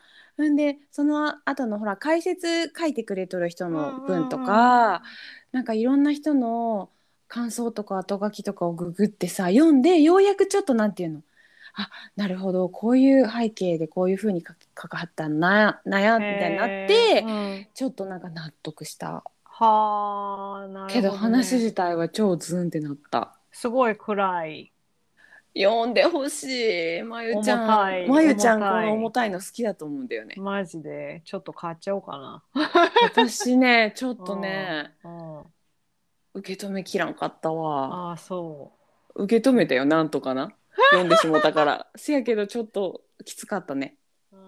S1: んでその後のほら解説書いてくれとる人の文とか、なんかいろんな人の感想とか後書きとかをググってさ読んでようやくちょっとなんていうのあなるほどこういう背景でこういうふうに書き書かはったんな悩みたいになって、ちょっとなんか納得した
S2: はあなるほど、ね、
S1: けど話自体は超ズンってなった。
S2: すごい暗い
S1: 読んでほしいまゆちゃん
S2: 重たい
S1: まゆちゃんこ
S2: 重たい
S1: の重たいの好きだと思うんだよね
S2: マジでちょっと買っちゃおうかな
S1: 私ねちょっとね
S2: うん
S1: 受け止めきらんかったわ
S2: ああそ
S1: 受け止めたよなんとかな読んでしもたから せやけどちょっときつかったね、
S2: う、うん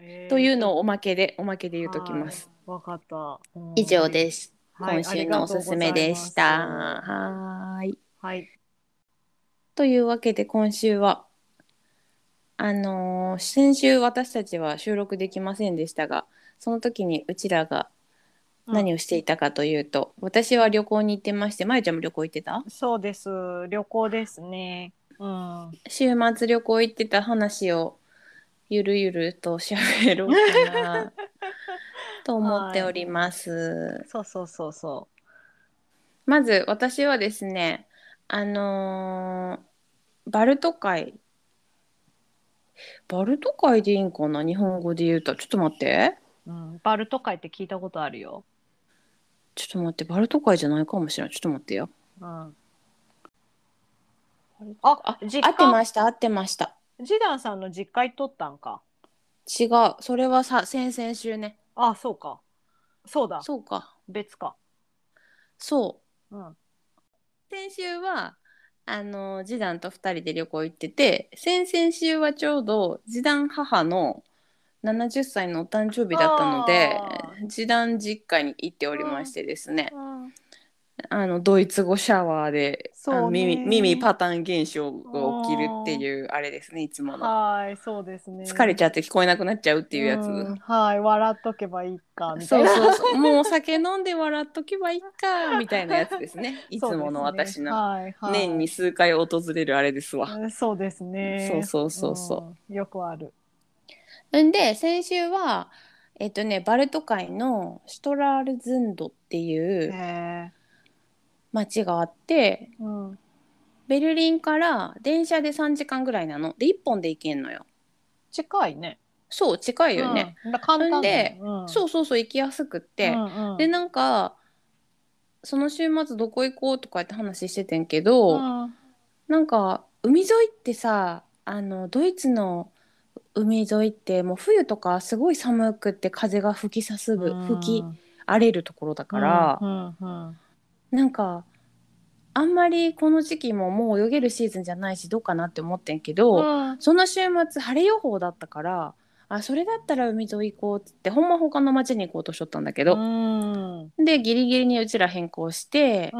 S2: えー
S1: というのをおまけでおまけで言うときます
S2: はいわかった、うん
S1: 以上です、
S2: はい
S1: 今週のおすすめでした
S2: ありがとうございます
S1: はーい
S2: はい
S1: というわけで今週はあのー先週私たちは収録できませんでしたがその時にうちらが何
S2: を
S1: をしていたかというと、私は旅行に行ってましてまゆちゃんも旅行行ってた
S2: そうです旅行ですねうん
S1: 週末旅行行ってた話をゆるゆるとしゃべろうか なと思っております、
S2: そうそうそうそ
S1: まず私はですねあのーバルト海バルト海でいいんかな日本語で言うとちょっと待って
S2: う、うん、バルト海って聞いたことあるよ、
S1: ちょっと待ってバルト海じゃないかもしれないちょっと待ってよ
S2: うん、あ
S1: あ
S2: 実
S1: 合って
S2: 家
S1: ました合ってました
S2: ジダンさんの実家行っとったんか
S1: 違うそれはさ先々週ね
S2: あそうかそうだ
S1: そうか
S2: 別か
S1: そう
S2: うん
S1: 先週はあの次男と2人で旅行行ってて先々週はちょうど次男母の70歳のお誕生日だったので
S2: あ
S1: 次男実家に行っておりましてですね
S2: うん
S1: あのドイツ語シャワーで、
S2: そうね
S1: あの耳耳パターン現象が起きるっていうあれですねいつもの
S2: はいそうですね
S1: 疲れちゃって聞こえなくなっちゃうっていうやつ。
S2: んはい笑っとけばいいかみた
S1: そ
S2: いうな
S1: そうそうもうお酒飲んで笑っとけばいいかみたいなやつ ですねいつもの私の
S2: そうですねはいはい
S1: 年に数回訪れるあれですわ。
S2: うんそうですね
S1: そうそうそうそ
S2: うんよくある
S1: んで先週はえっとねバルト海のシュトラールズンドっていう
S2: へ
S1: 町があって
S2: ーうん
S1: ベルリンから電車で3時間ぐらいなので1本で行けんのよ
S2: 近いね
S1: そう近いよね、
S2: うんだ簡単
S1: でそううそうそう行きやすくって、で
S2: で
S1: なんかその週末どこ行こうとかって話しててんけど、なんか海沿いってさあのドイツの海沿いってもう冬とかすごい寒くって風が吹きさすぶ吹き荒れるところだから、なんかあんまりこの時期ももう泳げるシーズンじゃないしどうかなって思ってんけど、その週末晴れ予報だったからあそれだったら海沿い行こうっつってほんま他の町に行こうとしとったんだけ
S2: と
S1: ど、でギリギリにうちら変更して、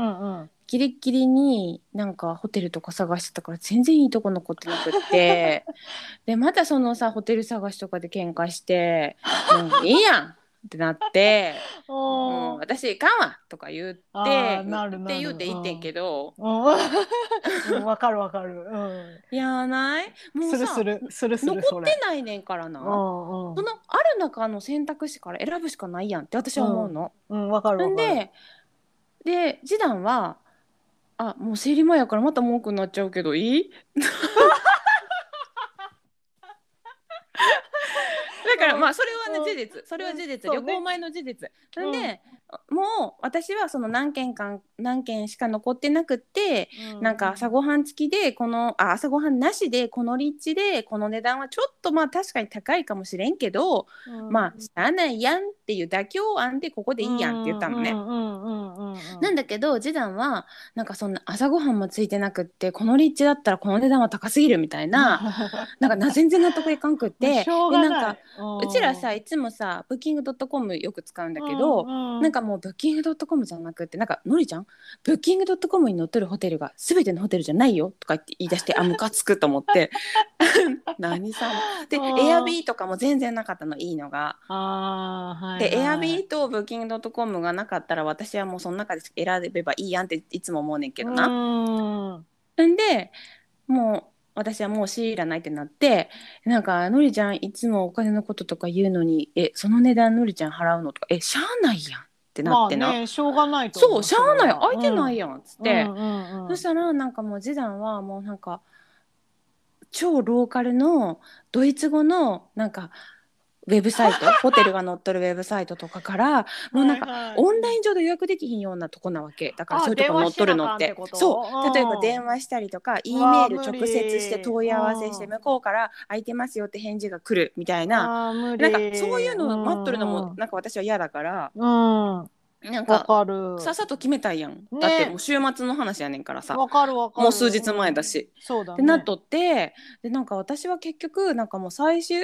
S1: ギリギリになんかホテルとか探してたから全然いいとこ残ってなくって でまたそのさホテル探しとかで喧嘩 して「もういいやん!」ってなって「もう私いかんわ!」とか言って
S2: あーなるなる
S1: って言うて言ってんけど
S2: うんわかるわかる。
S1: 「いやーない
S2: うん
S1: も
S2: す
S1: う
S2: る
S1: さ
S2: するするする
S1: 残
S2: そ
S1: っ
S2: れ
S1: て。ないねんからな」
S2: うんうん
S1: そのある中の選択肢から選ぶしかないやんって私は思うの。
S2: うんわかるわ
S1: ん
S2: かる。
S1: でで次男は「あもう生理前やからまた文句になっちゃうけどいい? 」 だからまあそれはね
S2: うん
S1: 事実それは事実
S2: うんそう
S1: 旅
S2: ね
S1: 行前の事実
S2: うん
S1: なんでもう私はその何件か何件しか残ってなくって
S2: う
S1: なんか朝ごはん付きでこのあ朝ごはんなしでこの立地でこの値段はちょっとまあ確かに高いかもしれんけどまあしゃあないやんっていう妥協案でここでいいやんって言ったのね
S2: う。んうんうんうんうんうん
S1: なんだけど次男はなんかそんな朝ごはんもついてなくってこの立地だったらこの値段は 高すぎるみたいななんかな全然納得いかんくって
S2: しょうが
S1: でなん
S2: な
S1: か
S2: い。うん
S1: うちらさいいつもさブッキングドットコムよく使うんだけど、
S2: な
S1: なんかもうブッキングドットコムじゃなくてなんかのりちゃんブッキングドットコムに載ってるホテルが全てのホテルじゃないよとか言って言い出してあムカつくと思って 何さで
S2: うん
S1: エアビーとかも全然なかったのいいのが。
S2: あーはい
S1: で、エアビ
S2: ー
S1: ーとブッキングドットコムがなかったら私はもうその中で選べばいいやんっていつも思うねんけどな。
S2: な。
S1: んでもう私はもう知らないってなってなんかのりちゃんいつもお金のこととか言うのにえその値段のりちゃん払うのとかえしゃあないやんってな
S2: ま
S1: っ
S2: あ
S1: てな、
S2: ね、しょうがないと
S1: そ
S2: 思
S1: うしゃあない空いてない
S2: よ
S1: やんっつって、そ
S2: そ
S1: したらなんかもう次男はもうなんか超ローカルのドイツ語のなんかウェブサイ トホテルが載っとるウェブサイトとかからもうなんか
S2: か
S1: オンラ
S2: ン
S1: イン上で予約できひんようなとこなわけだから
S2: あ
S1: そういうとこ載っとるのって
S2: 電話しなあかんってこと
S1: そう
S2: うん
S1: 例えば電話したりとか E メ
S2: わ
S1: ー
S2: あ
S1: ル直接して
S2: 無理
S1: 問い合わせして
S2: うん
S1: 向こうから空いてますよって返事が来るみたいな
S2: ななん
S1: なんかそういうのを待っとるのもなんか私は嫌だから
S2: うんわ
S1: なんか
S2: かる
S1: さっさと決めたいやん
S2: ね
S1: だってもう週末の話やねんからさ
S2: わかるわかる
S1: もう数日前だし
S2: うんそうだ
S1: で
S2: ね
S1: なっとってでなんか私は結局なんかもう最終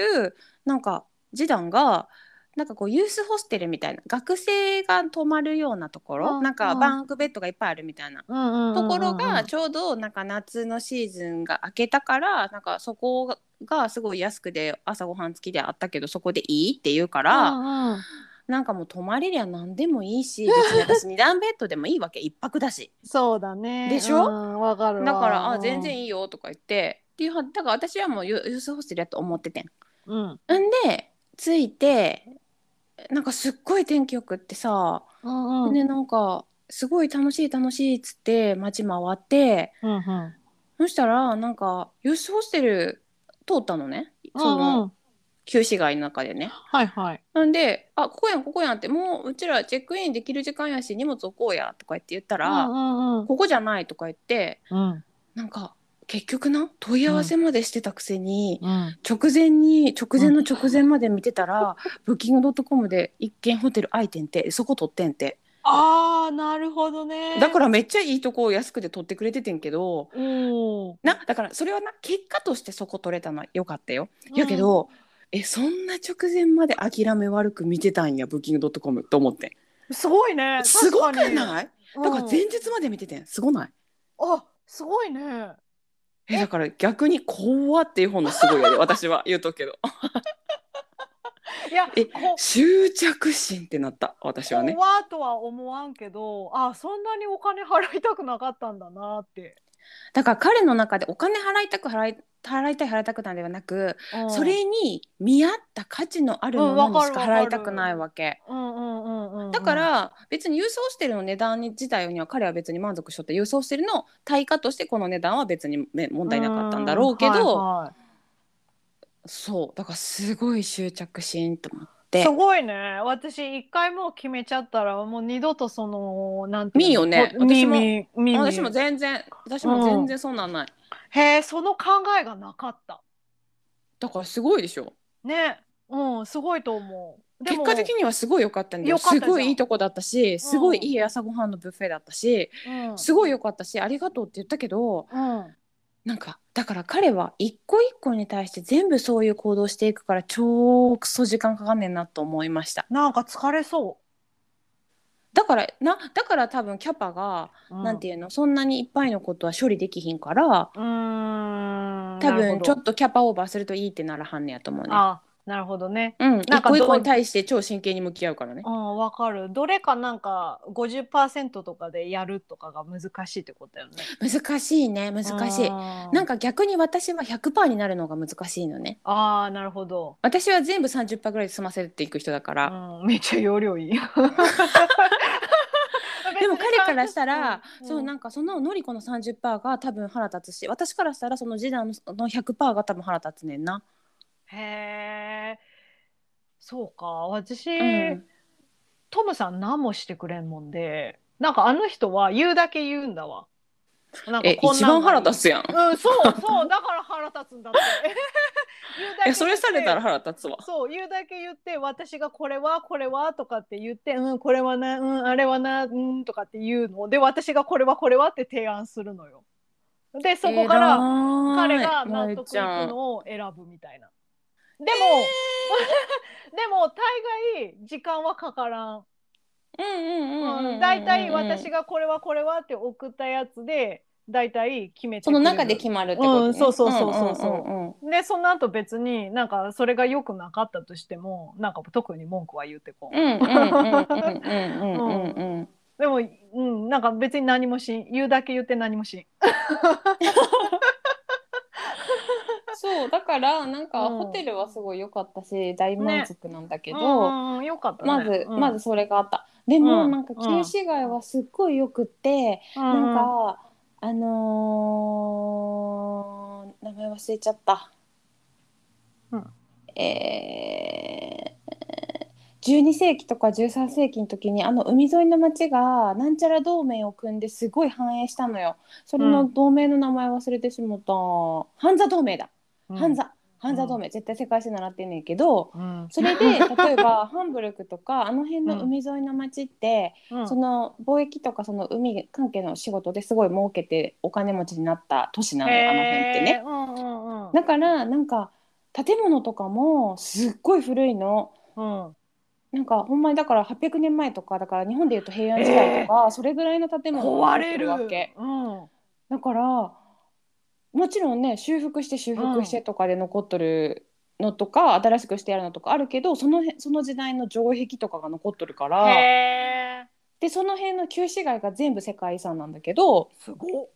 S1: なんか次男がなんかこうユースホステルみたいな学生が泊まるようなところ、
S2: うん
S1: なんか
S2: うん
S1: バンクベッドがいっぱいあるみたいな
S2: うんうんうんうん
S1: ところがちょうどなんか夏のシーズンが明けたからなんかそこがすごい安くで朝ごはん付きであったけどそこでいいって言うから、
S2: うんうん
S1: なんかもう泊まれりゃ何でもいいし別に私二段ベッドでもいいわけ一泊だし
S2: そうだね
S1: でしょ
S2: うんわかるわ
S1: だからあ全然
S2: い
S1: いいよとか言ってっていうはだから私はもうユユースホステルやと思っててん。
S2: うん
S1: んで着いてなんかすっごい天気よくってさ、
S2: うんうん
S1: でなんかすごい楽しい楽しいっつって街回って
S2: うんうん
S1: そしたらなんかユースホステル通ったのねそ
S2: うんう
S1: の
S2: ん
S1: 旧市街の中でね。
S2: はいはい
S1: なんで「あここやんここやん」って「もううちらチェックインできる時間やし荷物置こうや」とか言って言ったら「
S2: うんうん
S1: ここじゃない」とか言って
S2: うん
S1: なんか結局な問い合わせまでしてたくせに。
S2: うん
S1: 直前に直前の直前まで見てた ら、ブッキングドットコムで一軒ホテル空いてんてそこ取ってんて
S2: あーなるほどね
S1: だかららめっちゃいいとこを安くで取ってくれててんけど
S2: うん
S1: なだからそれはな結果としてそこ取れたのは良かったよやけど、えそんな直前まで諦め悪く見てたんやブッキングドットコムと思って
S2: すごいね。
S1: すごくない
S2: 確かに
S1: だから前
S2: 全
S1: 日まで見ててんすごない
S2: あ、すごいね。
S1: えだから逆に怖っていう方のすごい やで私は言うとくけど
S2: いや、
S1: え
S2: こ
S1: 執着心ってなった私はね
S2: 怖とは思わんけど、あ、そんなにお金払いたくなかったんだなって。
S1: だから彼の中でお金払いたく払い払いたい払いたくないではなく、
S2: うん
S1: それに見合った価値のあるものにしか払いたくないわけ、
S2: うんうんうんうんうん。
S1: だから別に郵送してるの値段に自体には彼は別に満足しとって郵送してるの対価としてこの値段は別にね問題なかったんだろうけど、
S2: んはいは
S1: そうだからすごい執着心と思っ
S2: い
S1: て
S2: すごいね。私一回もう決めちゃったら、もう二度とそのなんていう
S1: 見
S2: の
S1: んよね
S2: こ
S1: 私も
S2: 見ん見ん見ん
S1: 私も全然私も全然そんなんない、
S2: へえ、その考えがなかった。
S1: だからすごいでしょ
S2: ね、うん、すごいと思う。で
S1: 結
S2: も
S1: 果的にはすごい良かったんだよ
S2: 良かった
S1: す
S2: じゃん
S1: ごいいいとこだったしすごいいい朝ごはんのブッフェだったし、
S2: うん
S1: すごい良かったしありがとうって言ったけど
S2: うん。
S1: なんかだから彼は一個一個に対して全部そういう行動していくから超クソ時間かかんねんなと思いました
S2: なんか疲れそ
S1: だからなだから多分キャパが、
S2: う。うん
S1: なんていうのそんなにいっぱいのことは処理できひんから
S2: うーん
S1: 多
S2: なる
S1: 分
S2: ほど
S1: ちょっとキャパオーバーするといいってならはんねやと思うね。
S2: あなるほどね。
S1: うん、
S2: なん
S1: 一
S2: かど
S1: 個
S2: う
S1: 一個に対して超真剣に向き合うからね
S2: う。ん、わかる。どれかなんか50%とかでやるとかが難しいってことだよね。
S1: 難しいね難しい。なん
S2: か
S1: か逆に私は100%になるのが難しいのね。
S2: ああ、なるほど。
S1: 私は全部30%ぐらいで済ませていく人だから。
S2: うん、めっちゃ容 量いい。
S1: でも彼からしたら、そうなん
S2: か、
S1: んかそののりこの30%が多分腹立つし私からしたらその次男の100%が多分腹立つねんな。
S2: へえ。そうか、私、
S1: うん
S2: トムさん何もしてくれんもんで、なんかあの人は言うだけ言うんだわ。なんか
S1: え
S2: こん
S1: 一
S2: な
S1: 番
S2: んがいい
S1: 腹立つやん。
S2: うん、そうそう、だから腹立つんだって。 言うだけ言って
S1: えそれされたら。腹立つわ。
S2: そう、言うだけ言って、私がこれは、これはとかって言って、うん、これはな、うん、あれはな、うんとかって言うので、私がこれは、これはって提案するのよ。で、そこから
S1: 偉い
S2: 彼が納
S1: まゆ
S2: 得いく
S1: ちゃん
S2: のを選ぶみたいな。でも、 でも大概時間はかからん。
S1: うんうんうんうんうんうんうん
S2: だいたい私がこれはこれはって送ったやつでだいたい決めて
S1: そ
S2: くれ
S1: の
S2: る
S1: 中で決まるってこと、ね
S2: うんそうそうそうそうそうん
S1: んんん
S2: でその後別になんかそれが良くなかったとしてもなんか特に文句は言ってこん、
S1: うんうんうんうんうんうんうんうん
S2: でも、うん、なんか別に何もしん言うだけ言って何もしん
S1: そうだからなんか
S2: うん
S1: ホテルはすごい良かったし大満足なんだけ
S2: け
S1: ど、
S2: うん、よかった、ね、
S1: まず、
S2: うん
S1: まず、それがあったでも、
S2: うん
S1: なんか旧市街はすっごいよくって、
S2: う
S1: なんかあのー名前忘れちゃった、
S2: うん
S1: えー12世紀とか13世紀の時にあの海沿いの町がなんちゃら同盟を組んですごい繁栄したのよそれの同盟の名前忘れてしもった、ハンザ同盟だ
S2: うん
S1: ハンザ、ハンザ同盟、絶対世界史習ってんねんけど、
S2: うん
S1: それ で例えばハンブルクとかあの辺の海沿いの町って、
S2: うん
S1: その貿易とかその海関係の仕事ですごい儲けてお金持ちになった都市なのよあの辺って
S2: へ
S1: ね。
S2: ーうんうんうん
S1: だからなんか建物とかもすっごい古いの。
S2: うん
S1: なんかほんまにだから800年前とかだから日本でいうと平安時代とか、それぐらいの建物が残っ
S2: 壊
S1: て
S2: れる
S1: わけ
S2: うん
S1: だからもちろんね修復して修復してとかで残っとるのとか、新しくしてやるのとかあるけどその辺その時代の城壁とかが残っとるから
S2: へえ
S1: でその辺の旧市街が全部世界遺産なんだけど
S2: すごっ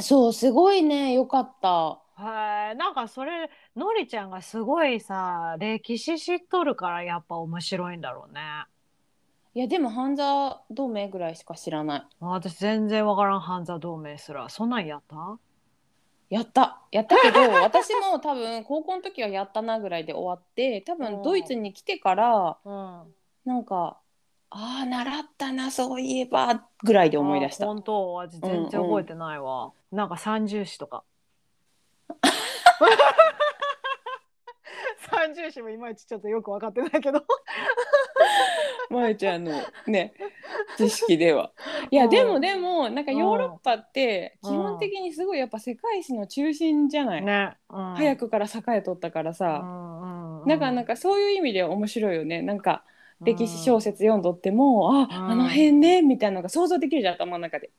S1: そうすごいねよかった。
S2: はい、なんかそれのりちゃんがすごいさ歴史知っとるからやっぱ面白いんだろうね
S1: いやでも半沢同盟ぐらいしか知らな
S2: 私全然わからん半沢同盟すらそんなんやった
S1: いやったやったけど私も多分高校の時はやったなぐらいで終わって多分ドイツに来てから
S2: うん
S1: なんかああ習ったなそういえばぐらいで思い出した
S2: あ本当私全然覚えてないわ、なんか三重詩 とか三重詩もいまいちちょっとよく分かってないけど
S1: まゆちゃんのね知識で は。いやでもでもなんかヨーロッパって基本的にすごいやっぱ世界史の中心じゃない、
S2: ね、うん、
S1: 早くから栄えとったから
S2: う
S1: さ、
S2: んうんうん
S1: だからなんかそういう意味では面白いよねなんか歴史小説読んどっても、
S2: うん
S1: ああの辺ねみたいなのが想像できるじゃん頭の中で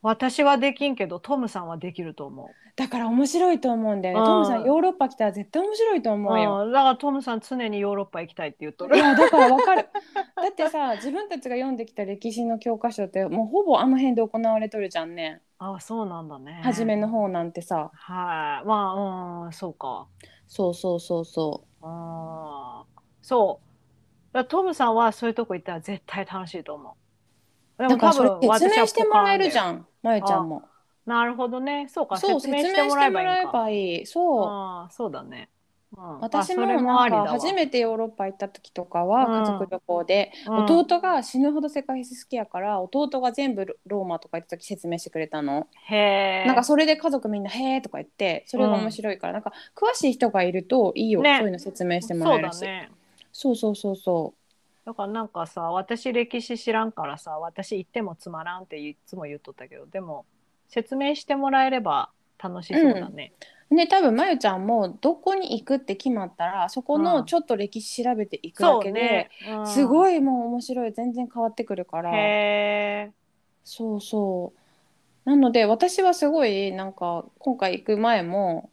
S2: 私はできんけどトムさんはできると思う
S1: だから面白いと思うんだよね、
S2: うん
S1: トムさんヨーロッパ来たら絶対面白いと思うよ、
S2: うん、だからトムさん常にヨーロッパ行きたいって言っと
S1: い
S2: る。
S1: やだからわかるだってさ自分たちが読んできた歴史の教科書ってもうほぼあの辺で行われとるじゃんね
S2: あそうなんだね。
S1: 初めの。方なんてさ
S2: はい、まあうんそうか。
S1: そうそうそうそ
S2: あそう。だからトムさんはそういうとこ行ったら絶対楽しいと思う。
S1: う
S2: で
S1: だ
S2: も
S1: から
S2: 多
S1: それ
S2: 分
S1: 説明してもらえるじ
S2: ん。
S1: ゃんまゆちゃんも
S2: なるほどね。そうか
S1: そう説
S2: 説明
S1: 明
S2: し
S1: してて
S2: も
S1: も
S2: ら
S1: ら
S2: えばいい
S1: え
S2: の
S1: ば
S2: か。
S1: いいそう
S2: ああそうだね。うん、
S1: 私も
S2: あそれ
S1: なんか
S2: だわ
S1: 初めてヨーロッパ行った時とかは
S2: うん
S1: 家族旅行で、
S2: うん
S1: 弟が死ぬほど世界史好きやから弟が全部ロローマとか行った時説明してくれたの、
S2: へえ。
S1: なんかそれで家族みんな「へえ」とか言ってそれが面白いから、なんか詳しい人がいるといいよ、
S2: ね
S1: そういうの説明してもら
S2: そう
S1: える
S2: だ
S1: しそう,、
S2: ね。
S1: そうそうそう
S2: だからなんかさ私歴史知らんからさ私行ってもつまらんっていつも言っとったけどでも説明してもらえれば楽しそうだね。
S1: ね多分まゆちゃんもどこに行くって決まったらそこ
S2: う
S1: の
S2: ん
S1: ちょっと歴史調べていくだ
S2: そ
S1: け
S2: う
S1: で、
S2: ね。
S1: す
S2: い。
S1: ごいもう面白い全然変わってくるから
S2: へえ。
S1: そうそうなので私はすごいなんか今回行く前も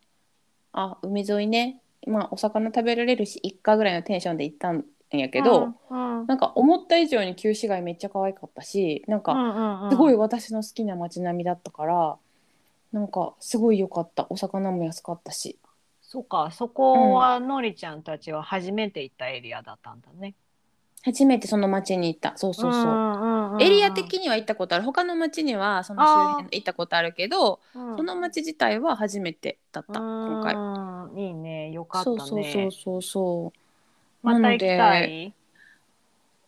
S1: あ海沿いねまあお魚食べられるし一家ぐらいのテンションで行ったんやけど、
S2: うん、うん
S1: なんか思った以上に旧市街めっちゃ可愛かったしなん
S2: う
S1: か
S2: んうん
S1: すごい
S2: い。
S1: 私の好きな街並みだったから、なんかすごい良かったお魚も安かったし
S2: そうかそこはのりちゃんたちは初めて行ったエリアだったんだね。
S1: 初めてその街に行ったそうそうそう、
S2: んんうんうん
S1: エリア的には行ったことある他の街にはその周辺の行ったことあるけど
S2: うん
S1: その街自体は初めてだった、今回
S2: うんいいねよかった
S1: そ
S2: ね。
S1: うそうそうそうそう
S2: また行きた
S1: なので
S2: い。
S1: い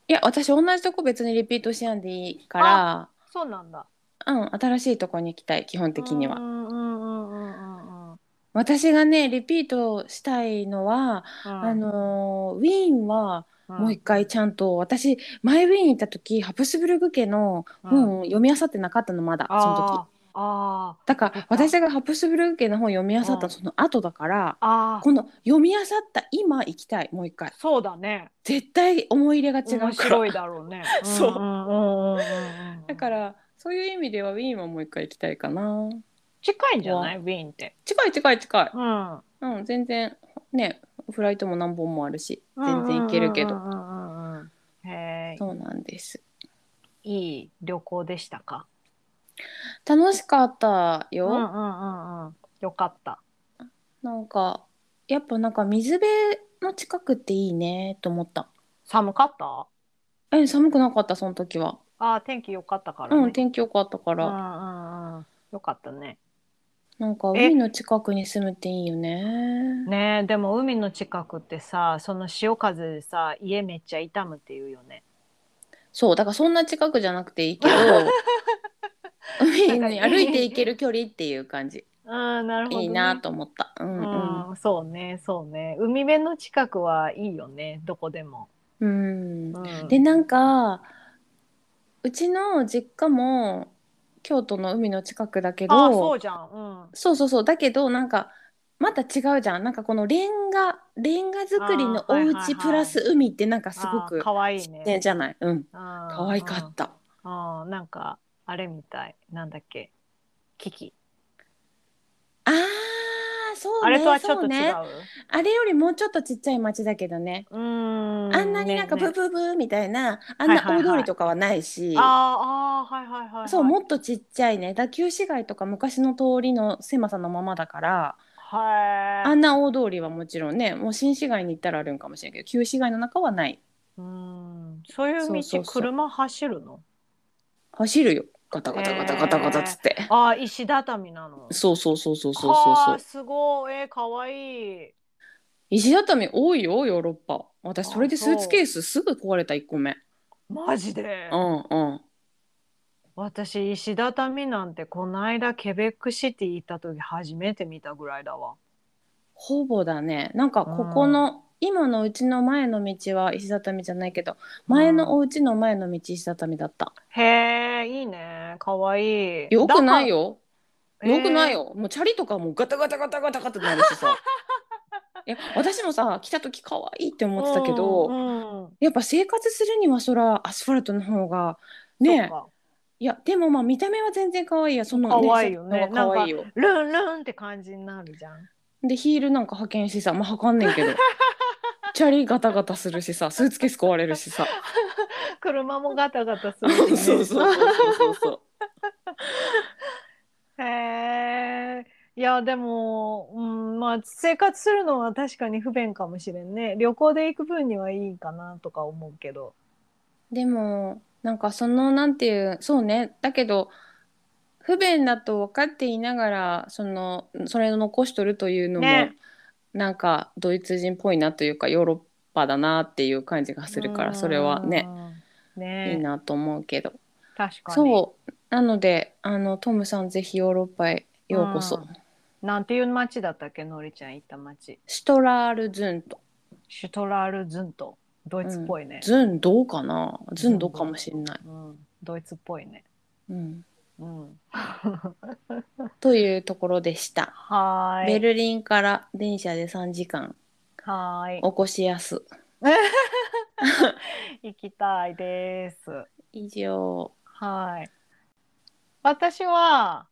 S1: や私同じとこ別にリピートしやんでいいから
S2: そうなんだ。
S1: うん新しいとこに行きたい基本的には、
S2: うんうんうんうんうんうん。
S1: 私がねリピートしたいのは、あのーウィーンは
S2: うん
S1: もう一回ちゃんと、私前ウィーン行った時ハプスブルグ家の本を読み漁ってなかったのまだ、その時
S2: ああ
S1: だから私がハプスブルク家の本読み漁ったその後だから、
S2: あああ
S1: この読み漁った今行きたいもう一回
S2: そうだね
S1: 絶対思い入れが違うから
S2: 面白いだろうね
S1: そうん
S2: うんうんうんうんうん
S1: だからそういう意味ではウィーンはもう一回行きたいかな
S2: 近いんじゃないウィーンって
S1: 近い近い近い
S2: うん
S1: うん全然ねフライトも何本もあるし全然行けるけど、
S2: うんうんうんうんうんへえ
S1: そうなんです
S2: いい旅行でしたか
S1: 楽しかった
S2: う
S1: よ、
S2: んうんうんうんよかった
S1: なんかやっぱなんか水辺の近くっていいねと思った
S2: 寒かった
S1: え寒くなかったその時は
S2: ああ天気良かったからね
S1: うん天気良かったか
S2: うんう
S1: ら、
S2: んうんよかったね
S1: なんか
S2: え
S1: 海の近くに住むっていいよね
S2: ねえでも海の近くってさその潮風でさ家めっちゃ痛むっていうよね
S1: そうだからそんな近くじゃなくてい いけど海に歩いて行ける距離っていう感じ
S2: ああなるほど、ね、
S1: いいなと思ったうんうん
S2: うん、そうねそうね海辺の近くはいいよねどこでも、
S1: うん
S2: うん、
S1: でなんかうちの実家も京都の海の近くだけ
S2: あ
S1: ど
S2: あそうじゃんうん
S1: そうそうそうだけどなんかまた違うじゃんなんかこのレンガレンガ作りの
S2: あーはい
S1: お
S2: はいはい
S1: 家プラス海ってなんかすご
S2: あー
S1: く
S2: かわいい
S1: 自然
S2: ね
S1: じゃないうん
S2: か
S1: 可愛かった
S2: あーなんかあれみたいなんだっけキキ
S1: あーそうね
S2: あれとはちょっ
S1: そう
S2: と違
S1: うねあれよりもうちょっとちっちゃい町だけどね
S2: うーん
S1: あんなになんかブー
S2: ねね
S1: ブーブーみたいなあん
S2: はいはい
S1: な大
S2: は
S1: 通
S2: い
S1: りとかはないし
S2: あーあーはいはいはいはい
S1: そうもっとちっちゃいねだ旧市街とか昔の通りの狭さのままだから
S2: はい
S1: あんな大通りはもちろんねもう新市街に行ったらあるんかもしれんけど旧市街の中はないう
S2: ーんそういう道
S1: そうそうそう
S2: 車走るの
S1: 走るよガタガタガタガタガタつって、
S2: ああ石畳なの
S1: そうそうそうそうそうそうそ
S2: はあ
S1: う
S2: すごいえー、かわいい
S1: 石畳多いよヨーロッパ私
S2: あ
S1: それでスーツケースすぐ壊れた1個目
S2: マジで
S1: うんうん
S2: 私石畳なんてこの間ケベックシティ行った時初めて見たぐらいだわ
S1: ほぼだねなんかここの今のうちの前の道は石畳じゃないけど前のお家の前の道石畳だった
S2: へえいいねかわいい
S1: よくない
S2: よ
S1: よよくないよ、もうチャリとかもうガタガタガタガタガタなるし さいや私もさ来た時可愛いって思ってたけど、
S2: うんうん
S1: やっぱ生活するにはそらアスファルトの方が
S2: そ
S1: ね
S2: っか
S1: いやでもまあ見た目は全然可愛いやその
S2: 可愛いよね
S1: その方が可愛いよ
S2: ルンルンって感じになるじゃん
S1: でヒールなんか派遣してさまあ、履かんねんけ どチャリガタガタするしさスーツケース壊れるしさ
S2: 車もガタガタ す
S1: そう
S2: るし
S1: そ
S2: ね、
S1: うそうそうそう
S2: へえいやでも、うん、まあ生活するのは確かに不便かもしれんね旅行で行く分にはいいかなとか思うけど
S1: でもなんかそのなんていうそうねだけど不便だと分かっていながらそのそれを残しとるというのも、
S2: ね
S1: なんかドイツ人っぽいなというかヨーロッパだなっていう感じがするからそれはね
S2: うん
S1: い
S2: ね
S1: いなと思うけど
S2: 確かに
S1: そうなのであのトムさんぜひヨーロッパへようこそ、
S2: うんなんていう町だったっけのりちゃん行った町
S1: シュトラールズント
S2: シュトラールズントドイツっぽいね、
S1: ズンどうかなズンどうかもしんない、
S2: うん、ドイツっぽいね
S1: うん、
S2: うん
S1: というところでした、
S2: はー
S1: ベ
S2: い
S1: ルリンから電車で3時間
S2: はーい
S1: 起こしやす
S2: 行きたいです
S1: 以上
S2: はい私は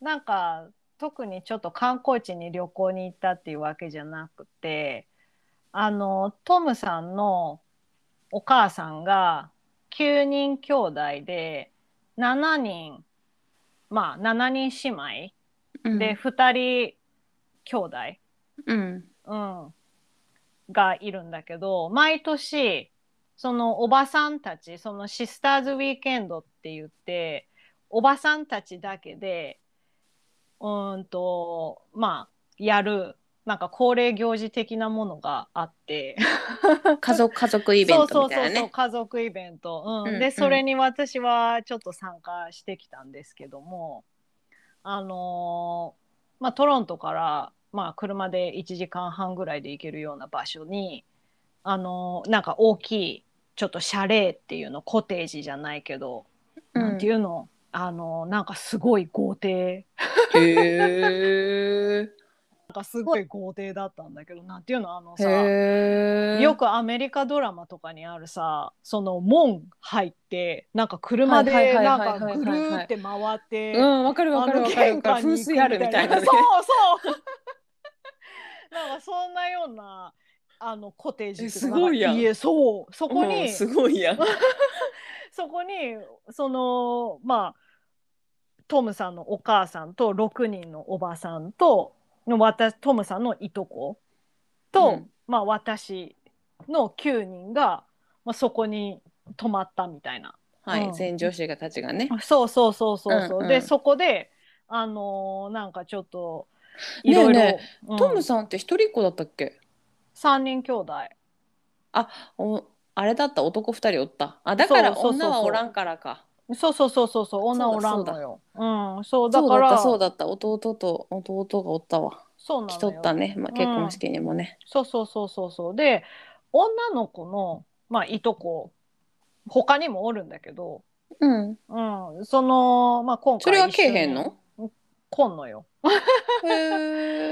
S2: なんか特にちょっと観光地に旅行に行ったっていうわけじゃなくてあのトムさんのお母さんが9人兄弟で7人まあ7人姉
S1: うん
S2: 妹で2人兄弟、
S1: うん
S2: うん、がいるんだけど毎年そのおばさんたちそのシスターズウィーケンドって言っておばさんたちだけでうーんとまあやるなんか恒例行事的なものがあって
S1: 家族家族イベントみたいなね
S2: そうそうそうそう家族イベント、うん
S1: うんう
S2: で
S1: ん
S2: それに私はちょっと参加してきたんですけどもあのーまあ、トロントから、まあ、車で1時間半ぐらいで行けるような場所に、あのーなんか大きいちょっとシャレーっていうのコテージじゃないけど、
S1: うん
S2: なんていうのあのなんかすごい豪邸
S1: へえ。
S2: なんかすごい豪邸だったんだけどなんていうのあのさ
S1: へえ。
S2: よくアメリカドラマとかにあるさその門入ってなんか
S1: は
S2: 車
S1: いは
S2: で
S1: いはい
S2: な
S1: はいはい
S2: ん
S1: はい
S2: かぐるーって回って、
S1: うん、わかるわかるわかる。噴
S2: あの玄関に
S1: 水あるみたいな、ね。
S2: そうそうなんかそんなようなあのコテージって
S1: えす
S2: うか
S1: ごいやん
S2: 家そうそこ
S1: う
S2: に、
S1: んすごいやん。
S2: そこにそのまあトムさんのお母さんと6人のおばさんと私トムさんのいとこと、
S1: うん
S2: まあ、私の9人が、まあ、そこに泊まったみたいな。
S1: は
S2: う
S1: い、
S2: ん
S1: 全女子がたちがね。
S2: そうそうそうそうそう。
S1: うんうん
S2: でそこであのーなんかちょっとい
S1: ねえ
S2: ろいろ、
S1: ね
S2: うん
S1: トムさんって一人っ子だったっけ？
S2: 三人兄弟
S1: お、あれだった男二人おった。あ、だから
S2: そうそうそうそう
S1: 女はおらんからか。
S2: そうそうそうそうそう女おらん
S1: そうだ
S2: の
S1: そ
S2: ようんそうだ
S1: そう
S2: か
S1: だっ
S2: ら
S1: たそうだった。弟と弟がおったわ。
S2: そうな
S1: 来と
S2: の
S1: っ
S2: よ
S1: たね。まあ、結婚式にもね。
S2: そうそうそうそうそうで女の子のまあいとこ他にもおるんだけど、
S1: うん。
S2: うん、そのまあ今回
S1: それは
S2: 一
S1: けえ
S2: 緒に
S1: へんの？
S2: 来んのよ、
S1: へ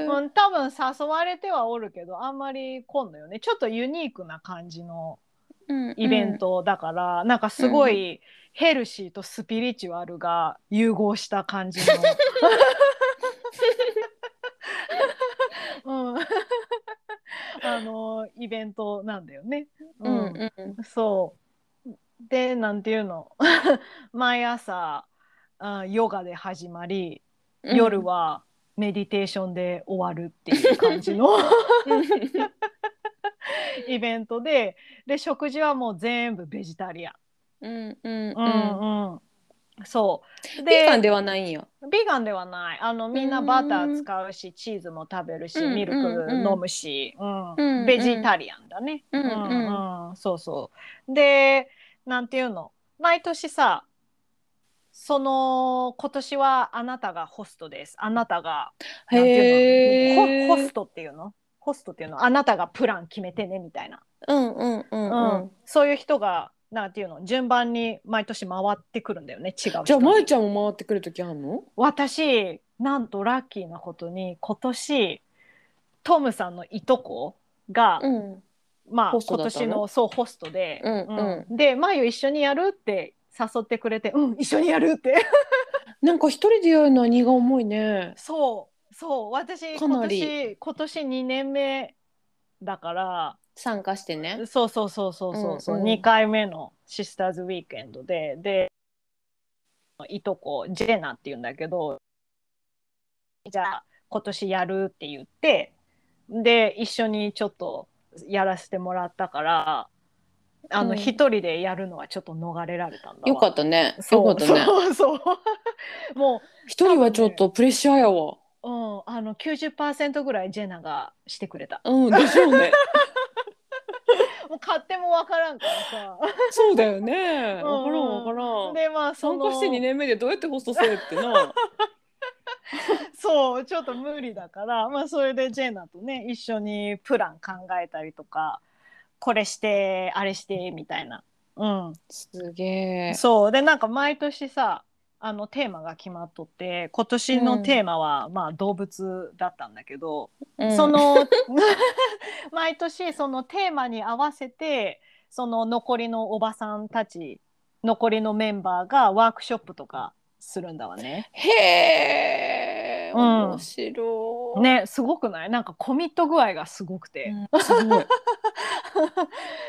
S1: え。
S2: うん、多分誘われてはおるけどあんまり来んのよねちょっとユニークな感じの
S1: うん
S2: イベン。トだから、なんかすごいヘルシーとスピリチュアルが融合した感じ の、うん、 あのイベントなんだよね。
S1: うんうんうん。
S2: そうでなんていうの 毎朝あヨガで始まり
S1: うん
S2: 夜。はメディテーションで終わるっていう感じのイベントでで食事はもう全部ベジタリアン。
S1: うんうんう
S2: う
S1: ん。
S2: んうん、そう
S1: ピーカン
S2: で
S1: ではないんや。
S2: ビガンではないあのみんな
S1: うん
S2: バター使うしチーズも食べるし
S1: うん
S2: ミル
S1: うん
S2: ク
S1: うん
S2: 飲むし、うん
S1: うん
S2: ベジタリアンだね。
S1: うん
S2: う
S1: うん
S2: んうんそうそうでなんていうの毎年さその今年はあなたがホストですあなたがなんて
S1: へ
S2: いう
S1: え。
S2: のホホストっていうのホストっていうのあなたがプラン決めてねみたいな
S1: うんうんうん
S2: う
S1: うんん。
S2: そういう人がなんていうの順番に毎年回ってくるんだよね違う人に
S1: じゃあまゆちゃんも回ってくる時あんの？
S2: 私なんとラッキーなことに今年トムさんのいとこが、
S1: うん。
S2: まあ
S1: ホスト
S2: 今
S1: だったの
S2: 年のそうホストで、
S1: うんう
S2: で「まゆ一緒にやる?」って誘ってくれて「うん一緒にやる」って
S1: なんか一人でやるのは荷が重いね。
S2: そうそう私
S1: か
S2: 今
S1: なり
S2: 年今年2年目だから
S1: 参加してね。
S2: そうそうそうそうそうそう、
S1: うんうん
S2: 2回目のシスターズウィークエンドででいとこジェナっていうんだけどじゃあ今年やるって言ってで一緒にちょっとやらせてもらったからあ
S1: う
S2: の
S1: ん
S2: 一、人でやるのはちょっと逃れられたんだわ
S1: よかったね。
S2: そ
S1: よ
S2: う
S1: かったね。
S2: そうそう も
S1: 一人はちょっとプレッシャーやわ。
S2: う、うん、あの90%ぐらいジェナがしてくれた
S1: うん、でしょう ね。
S2: もう買ってもわからんからさ
S1: そうだよね。
S2: うん
S1: わからんわからん。
S2: でまあそ
S1: 参
S2: の
S1: 加して2年目でどうやってホストせえってな。
S2: そうちょっと無理だから、まあ、それでジェーナとね一緒にプラン考えたりとかこれしてあれしてみたいな、う
S1: すげえ
S2: ん、。そうでなんか毎年さあのテーマが決まっとって今年のテーマは、まあ動物だったんだけど、
S1: うん
S2: そ、の 毎年そのテーマに合わせてその残りのおばさんたち残りのメンバーがワークショップとかするんだわね。
S1: へえ。
S2: うん
S1: 面白い。。
S2: ねすごくないなんかコミット具合がすごくて、
S1: すごい。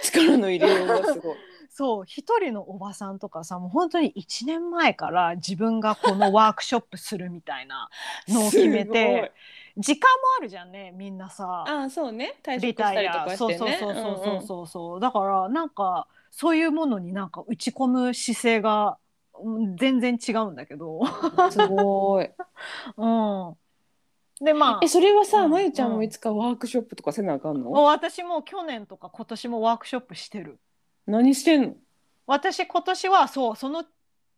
S1: 力の入れようがす ごい。
S2: そう一人のおばさんとかさもう本当に1年前から自分がこのワークショップするみた いなのを決めて時間もあるじゃんねみんなさ
S1: すごい。ああ、そうね。退職
S2: リ
S1: し
S2: タ
S1: た
S2: イ
S1: りと
S2: ア
S1: か
S2: そ
S1: して
S2: うそう
S1: ね。
S2: そうそうそう
S1: う
S2: そうそうだからなんかそういうものになんか打ち込む姿勢がうん全然違うんだけど、
S1: んうん。すごい。
S2: うん、でまあ
S1: え、それはさ、
S2: うん
S1: まゆちゃんもいつかワークショップとかせなあかんの、
S2: もう私も去年とか今年もワークショップしてる。
S1: 何してんの
S2: 私今年はそうその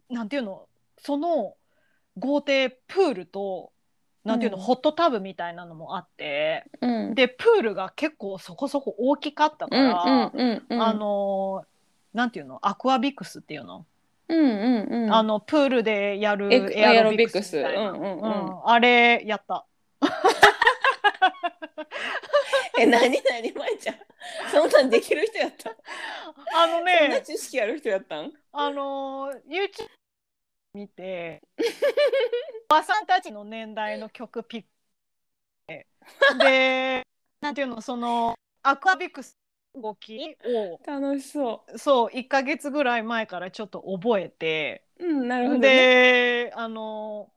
S2: なんていうのその豪邸プールとなんていうの、
S1: うん
S2: ホットタブみたいなのもあって
S1: うん。
S2: でプールが結構そこそこ大きかったか
S1: うん
S2: ら、
S1: うんうんうん。
S2: あのーなんていうのアクアビクスっていうの
S1: うんうんうん。
S2: あのプールでやる
S1: エ
S2: エア
S1: ア
S2: ロ
S1: ロ
S2: ビ
S1: ビ
S2: ク
S1: ク
S2: ス
S1: ス
S2: みたいな、
S1: うんうんうん
S2: うんあれやった
S1: え、なになに、まいちゃん。そんなんできる人やった。
S2: あのね
S1: 知識ある人やったん。
S2: あの YouTube 見ておばさんたちの年代の曲ピックででなんていうのそのアクアビクスの動きを
S1: 楽しそ
S2: そう1ヶ月ぐらい前からちょっと覚えて
S1: う。うん、なるほど、ね。
S2: であの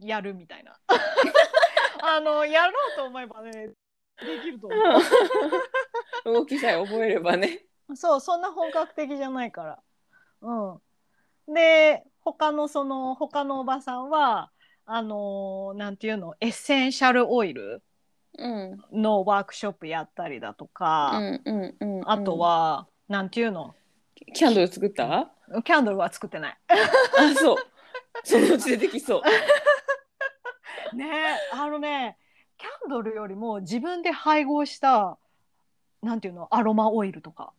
S2: やるみたいな あのやろうと思えばねできると思う。
S1: うん動きさえ覚えればね。
S2: そう、そんな本格的じゃないから。うん。で、他のその、他のおばさんは、あのーなんていうの、エッセンシャルオイル
S1: うん。うん
S2: のワークショップやったりだとか、
S1: うんうんうん。
S2: あと。は、なんていうの、
S1: キャンドル作った。
S2: キャンドルは作っ てない。
S1: あ、そう。そのうち出てきそう。
S2: ねあのね、キャンドルよりも自分で配合した、なんていうの、アロマオイルとか。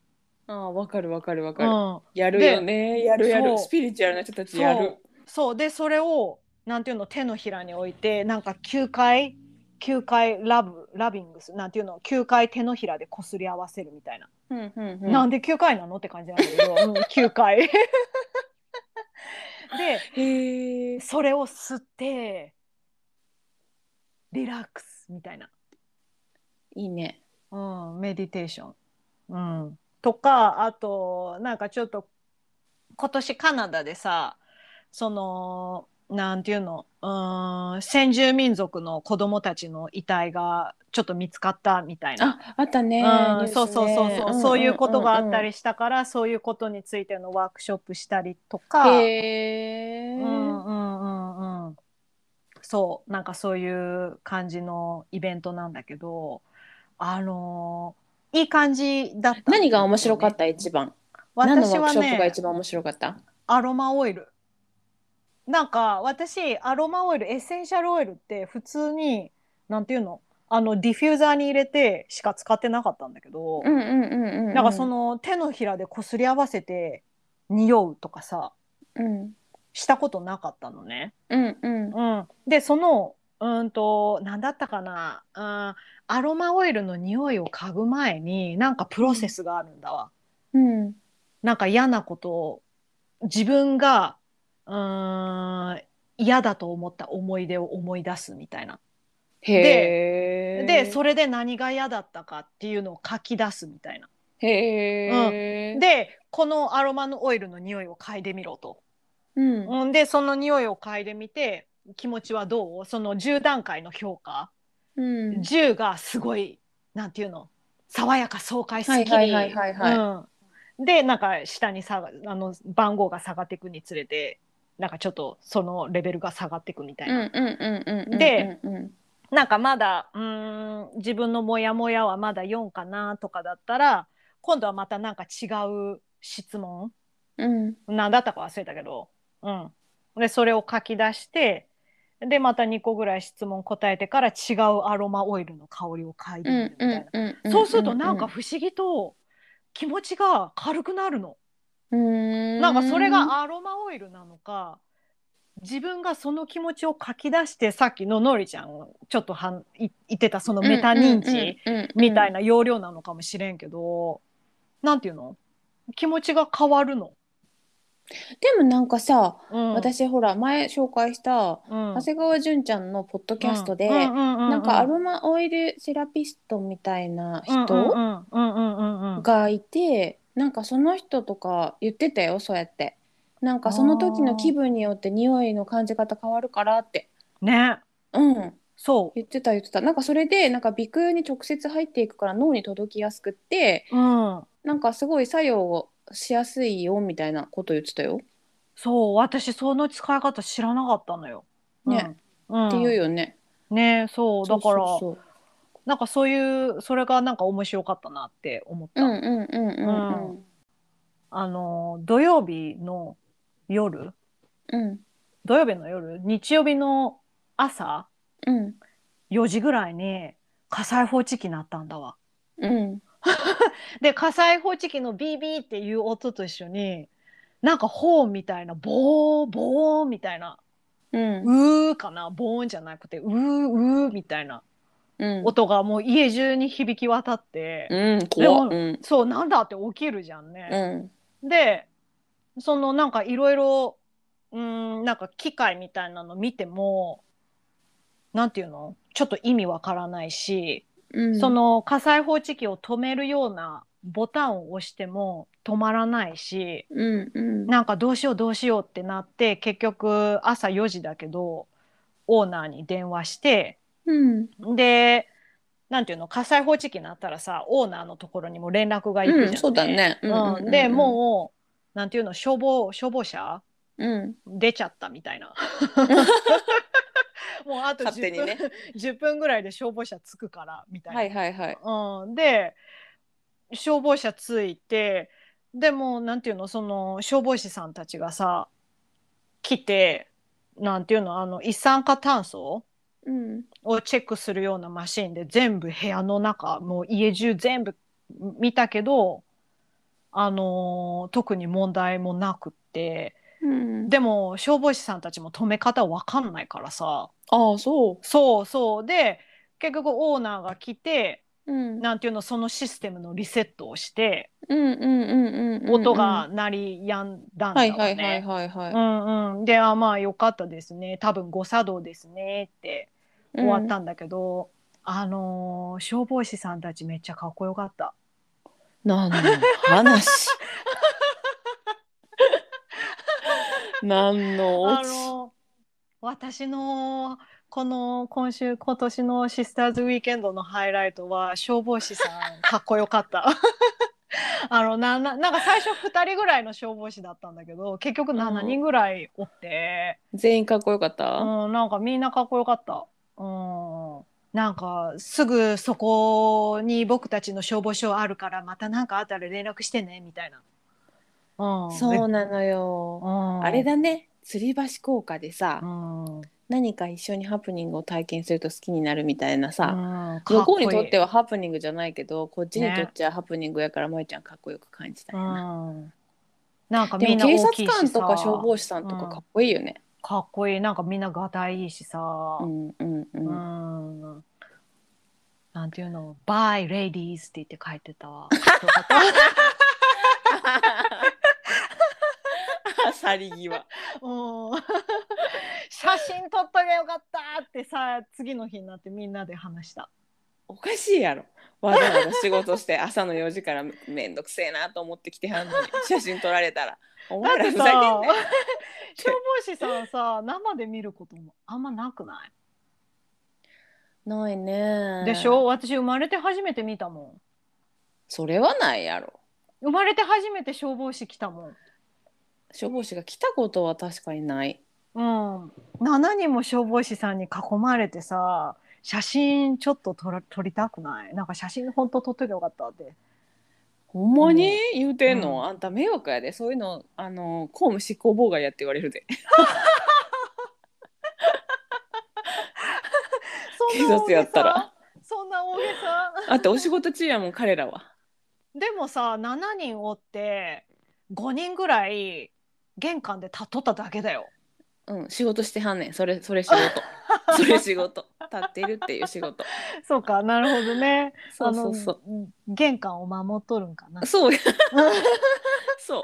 S1: あー、わかるわかるわ
S2: う
S1: かる。
S2: ん。
S1: やるよね。やるや
S2: そう
S1: る。スピリチュアルな人たちやる。
S2: そうでそれをなんていうの手のひらに置いてなんか9回9回ラブラビングスなんていうの9回手のひらでこすり合わせるみたいな、
S1: うんうんう
S2: なんで9回なのって感じなんだけど、 うん、9回
S1: へえ
S2: で。それを吸ってリラックスみたいな、
S1: いいね。
S2: うん、メディテーション、うん、とかあとなんかちょっと今年カナダでさそのなんていうのうーん先住民族の子供たちの遺体がちょっと見つかったみたいな。
S1: あ、あった
S2: う
S1: ね。
S2: ん
S1: ニュースね
S2: そうそうそうそう,、そういうことがあった。
S1: んんん
S2: りしたから、そういうことについてのワークショップしたりと
S1: うん
S2: か、
S1: へ
S2: う
S1: え。
S2: んうんうんうん、そうなんかそういう感じのイベントなんだけどあのーいい感じだったんですよね、
S1: 何が面白かった一番。何の
S2: 私
S1: ワーク
S2: は
S1: ショップが
S2: ね
S1: 一番面白かった。
S2: アロマオイルなんか私アロマオイルエッセンシャルオイルって普通になんていうのあのディフューザーに入れてしか使ってなかったんだけ
S1: う
S2: ど、
S1: んうんうんうん。
S2: なんかそ。の手のひらでこすり合わせて匂うとかさ
S1: うん。
S2: したことなかったのね。
S1: うんうん。
S2: うん、でそのうんと何だったかな、うん、アロマオイルの匂いを嗅ぐ前になんかプロセスがあるんだわ。
S1: うん。
S2: なんか嫌なことを自分がうーん嫌だと思った思い出を思い出すみたいな。
S1: へえ。
S2: でそれで何が嫌だったかっていうのを書き出すみたいな。
S1: へえ。
S2: でこのアロマのオイルの匂いを嗅いでみろと。
S1: うん。
S2: うんでその匂いを嗅いでみて気持ちはどうその10段階の評価。
S1: うん。
S2: 10がすごいなんていうの爽やか爽快すっきり。
S1: はいはいはいはい
S2: うん、でなんか下に下があの番号が下がっていくにつれてなんかちょっとそのレベルが下がっていくみたい
S1: うんう
S2: な、
S1: んうんうん。
S2: で
S1: うんうん。
S2: なんかまだうーん自分のモヤモヤはまだ4かなとかだったら今度はまたなんか違う質問
S1: うん。
S2: 何だったか忘れたけど、うん、でそれを書き出してでまた2個ぐらい質問答えてから違うアロマオイルの香りを嗅いで
S1: う
S2: み
S1: ん
S2: るみたいな。
S1: うんうんうん。
S2: そうするとなんか。不思議と気持ちが軽くなるの。
S1: うん。
S2: なんかそれ。がアロマオイルなのか自分がその気持ちを書き出してさっきののりちゃんちょっとはんい言ってたそのメタ認知みたい
S1: な。
S2: な要領なのかもしれんけど、なんていうの気持ちが変わるの。
S1: でもなんかさ、
S2: うん、
S1: 私ほら前紹介した
S2: うん、
S1: 長谷川純ちゃんのポッドキャストで、
S2: な
S1: なんかアロマオイルセラピストみたいな人。
S2: 人
S1: がいてなんかその人とか言ってたよそうやってなんかその時の気分によって匂いの感じ方変わるからって
S2: ね
S1: うん
S2: そ
S1: 言ってた言ってたなんかそれでなんか鼻腔に直接入っていくから脳に届きやすくって
S2: う、うん、
S1: なんかすごい作用をしやすいよみたいなこと言ってたよ、
S2: そう私その使い方知らなかったのよ。
S1: ね、
S2: うん
S1: っていうよね
S2: ねそうだから
S1: そうそう
S2: なんかそういうそれがなんか面白かったなって思っ
S1: そ
S2: た、
S1: ううんうんうんうんうん
S2: あの土曜日の夜
S1: うん
S2: 土曜日の夜日曜日の朝
S1: うん
S2: 4時ぐらいに火災報知器になったんだわ
S1: うん
S2: で火災報知器のビービーっていう音と一緒になんかホーンみたいなボーボーンみたいな
S1: うん
S2: うーかなボーンじゃなくてうーうーみたいな
S1: うん
S2: 音がもう家中に響き渡って、
S1: うん怖っ
S2: で
S1: うん
S2: そうなんだって起きるじゃんね。
S1: うん
S2: でそのなんかいろいろうーんなんか機械みたいなの見てもなんていうのちょっと意味わからないし、
S1: うん
S2: その火災報知器を止めるようなボタンを押しても止まらないし
S1: うんうん
S2: なんかどうしようどうしようってなって結局朝4時だけどオーナーに電話して
S1: うん
S2: でなんていうの火災報知器になったらさオーナーのところにも連絡が行くじゃ、
S1: うんんそうだねうんうんうん
S2: うん、でもうなんていうの消防消防車
S1: うん
S2: 出ちゃったみた いなもうあと
S1: 勝手
S2: 10
S1: に
S2: 分,、
S1: ね
S2: 10分ぐらいで消防車着くからみたいな。
S1: はいはいはい
S2: うん、で消防車着いてでもうなんていうのその消防士さんたちがさ来てなんていうのあの一酸化炭素
S1: うん
S2: をチェックするようなマシンで全部部屋の中もう家中全部見たけど、あのー特に問題もなくって
S1: うん
S2: でも消防士さんたちも止め方わかんないからさ
S1: ああそ
S2: そうそうで結局オーナーが来て
S1: ううん
S2: なんていうのそのシステムのリセットをして
S1: うんうんうんうんうん
S2: 音が鳴りやんだん
S1: は
S2: だ
S1: いはい
S2: わ
S1: はい
S2: ね。
S1: はいは
S2: う
S1: い
S2: んうん、であまあよかったですね多分誤作動ですねって終わったんだけど、あのー消防士さんたちめっちゃかっこよかった。
S1: 何の 話何のオ
S2: あ
S1: チ、
S2: のー私のこの今週今年のシスターズウィーケンドのハイライトは消防士さんかっこよかった。 あのなななんか最初2人ぐらいの消防士だったんだけど結局7人ぐらいおって、
S1: 全員かっこよかった、
S2: うん、なんかみんなかっこよかった。うんなんかすぐそこに僕たちの消防署あるからまた何かあったら連絡してねみたいな。うん、
S1: そうなのよ、
S2: うん
S1: あれ、だね吊り橋効果でさ、
S2: うん、
S1: 何か一緒にハプニングを体験すると好きになるみたいなさ、
S2: あ
S1: 向こうにとって
S2: は、
S1: はハプニングじゃないけどこっちにとっちゃハプニングやから萌ちゃんかっこよく感じた
S2: う
S1: よな、
S2: ん、なんか
S1: で
S2: みん
S1: も
S2: な
S1: 警
S2: 大
S1: 察
S2: きいし
S1: 官とか
S2: さ
S1: 消防士さんとかかっこいいよね、
S2: かっこいいなんかみんながたいいいしさ、
S1: う
S2: うん
S1: んうんうん、
S2: なんていうの「バイレディーズ」って言って書いて たわ。
S1: 去り際
S2: うん 写真撮っとけばよかったってさ次の日になってみんなで話した
S1: おかしいやろわざわざ仕事して朝の4時からめんどくせえなと思って来てはんのに写真撮られたらお前らふざけん
S2: だっ
S1: な
S2: て
S1: よ
S2: さ 消防士さんさ生で見ることもあんまなくない、
S1: ないね
S2: でしょ私生まれて初めて見たも
S1: それはないやろ
S2: ん生まれて初めて消防士来たもん
S1: 消防士が来たことは確かにない
S2: うん、7人も消防士さんに囲まれてさ写真ちょっと撮ら撮りたくないなんか写真本当撮っとけばよかったって
S1: ほんまに
S2: うん
S1: 言うてん
S2: うん
S1: のあんた迷惑やでそういうのあの公務執行妨害やって言われる で
S2: そんな
S1: 警
S2: 大
S1: 察
S2: げ
S1: やった
S2: さ
S1: ら
S2: そんな大げさ
S1: あんたお仕事中やもん彼らは
S2: でもさ7人おって5人ぐらい玄関で立っとっただけだよ。
S1: うん仕事してはんねんそれそれ仕 事それ仕事立ってるっていう仕事
S2: そうかなるほどね。
S1: そうそうそう
S2: あの玄関を守っとるんかな。
S1: そうやそう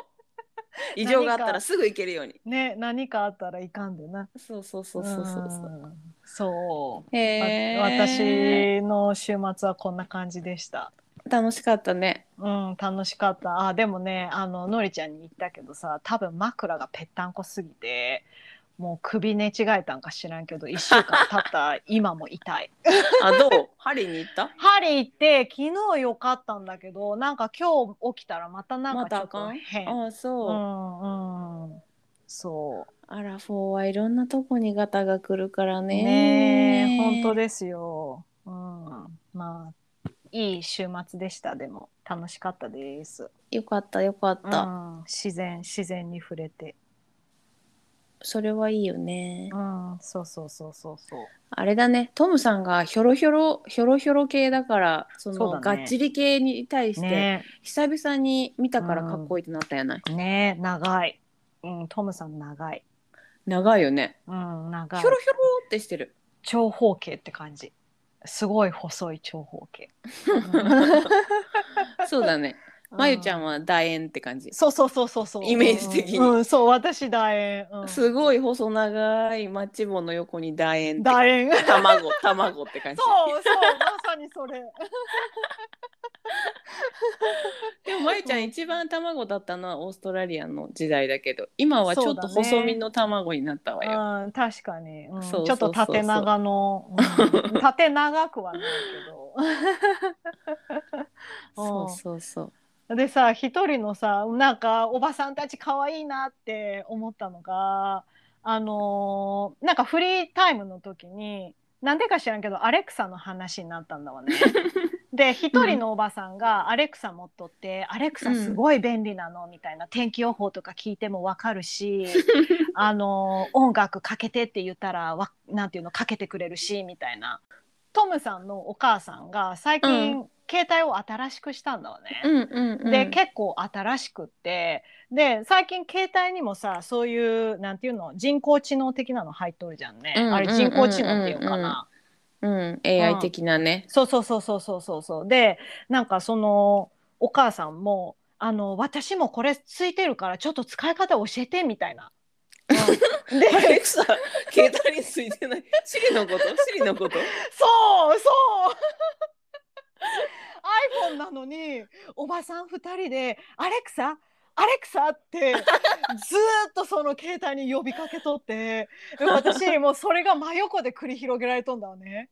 S1: 異常があったらすぐ行けるように
S2: ね何かあったらいかんでな。
S1: そうそうそうそうそうそうん
S2: そう
S1: へ
S2: わ
S1: え
S2: 私の週末はこんな感じでした。
S1: 楽しかったね
S2: うん楽しかった。あでもねあののりちゃんに言ったけどさ多分枕がぺったんこすぎてもう首寝違えたんか知らんけど1週間経った今も痛い。
S1: あ どう針に行った
S2: ハリーって昨日良かったんだけどなんか今日起きたらまたなんかちょっと変、
S1: あそう、
S2: うんうんそ
S1: アラフォーはいろんなとこにガタが来るから
S2: う
S1: ね
S2: ねえ本当ですよ、うん、まあいい週末でしたでも楽しかったです、
S1: よかったよかっ
S2: う
S1: た、
S2: ん、自然自然に触れて
S1: それはいいよね、
S2: うんそうそうそうそうそう
S1: あれだねトムさんがひょろひょろひょろひょろ系だからその
S2: そうだ
S1: が
S2: ね
S1: っちり系に対して、
S2: ね
S1: 久々に見たからかっこいいってなったやない、
S2: えねえ長いうん、トムさん長い。
S1: 長いよね
S2: うん、長い
S1: ひょ。ろひょろってしてる
S2: 長方形って感じ。すごい細い長方 形。
S1: そうだねまゆちゃん
S2: は。
S1: は楕円って感じ
S2: そうそうそうそうそう。
S1: イメージ的に
S2: うん、うんそう、私楕円。うん
S1: すごい細長いマッチ棒の横に楕円って
S2: 楕円。そう
S1: 卵卵って感じ
S2: そう、まさにそれ。
S1: でもまゆちゃん一番卵だったのはオーストラリアの時代だけど今はちょっと
S2: そうだね
S1: 細身の卵になったわよ、
S2: うん、確かに、うん
S1: そうそうそうそう
S2: ちょっと縦長の、うん縦長くはない けど
S1: そうそうそう
S2: うん。でさ一人のさなんかおばさんたち可愛いなって思ったのがあのーなんかフリータイムの時になんでか知らんけどアレクサの話になったんだわ ね。で一人のおばさんがアレクサ持っとって、アレクサすごい便利なのみたいな天気予報とか聞いてもわかる しあの音楽かけてって言ったらわなんていうのかけてくれるしみたいなトムさんのお母さんが最近、携帯を新しくしたんだわね。
S1: うんうんうん
S2: で結構新しくってで最近携帯にもさそういうなんていうの人工知能的なの入っとるじゃんね、
S1: うん
S2: あれ人工知能っていうかな、
S1: うんうんうんうん、AI 的なね、
S2: そうそうそうそうそうそうそうでなんかそのお母さんもあの私もこれついてるからちょっと使い方教えてみ たいな。うんで
S1: アレ クサ携帯についてないシリのことシリのこと
S2: そうそう iPhone なのにおばさん2人で「アレクサアレクサ!」ってずーっとその携帯に呼びかけとって私もうそれが真横で繰り広げられとんだわね。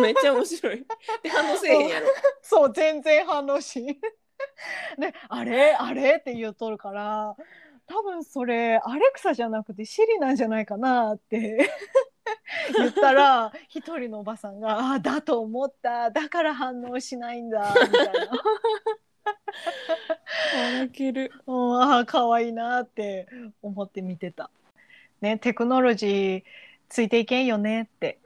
S1: めっちゃ面白いで反応せえへんやろ
S2: そう全然反応しん であれあれって言うとるから多分それアレクサじゃなくてシリなんじゃないかなって 言ったら一人のおばさんが「あーだと思っただから反応しないんだ」みたいな
S1: 笑ける
S2: うん、ああ可愛いなって思って見てた。ねテクノロジーついていけんよねって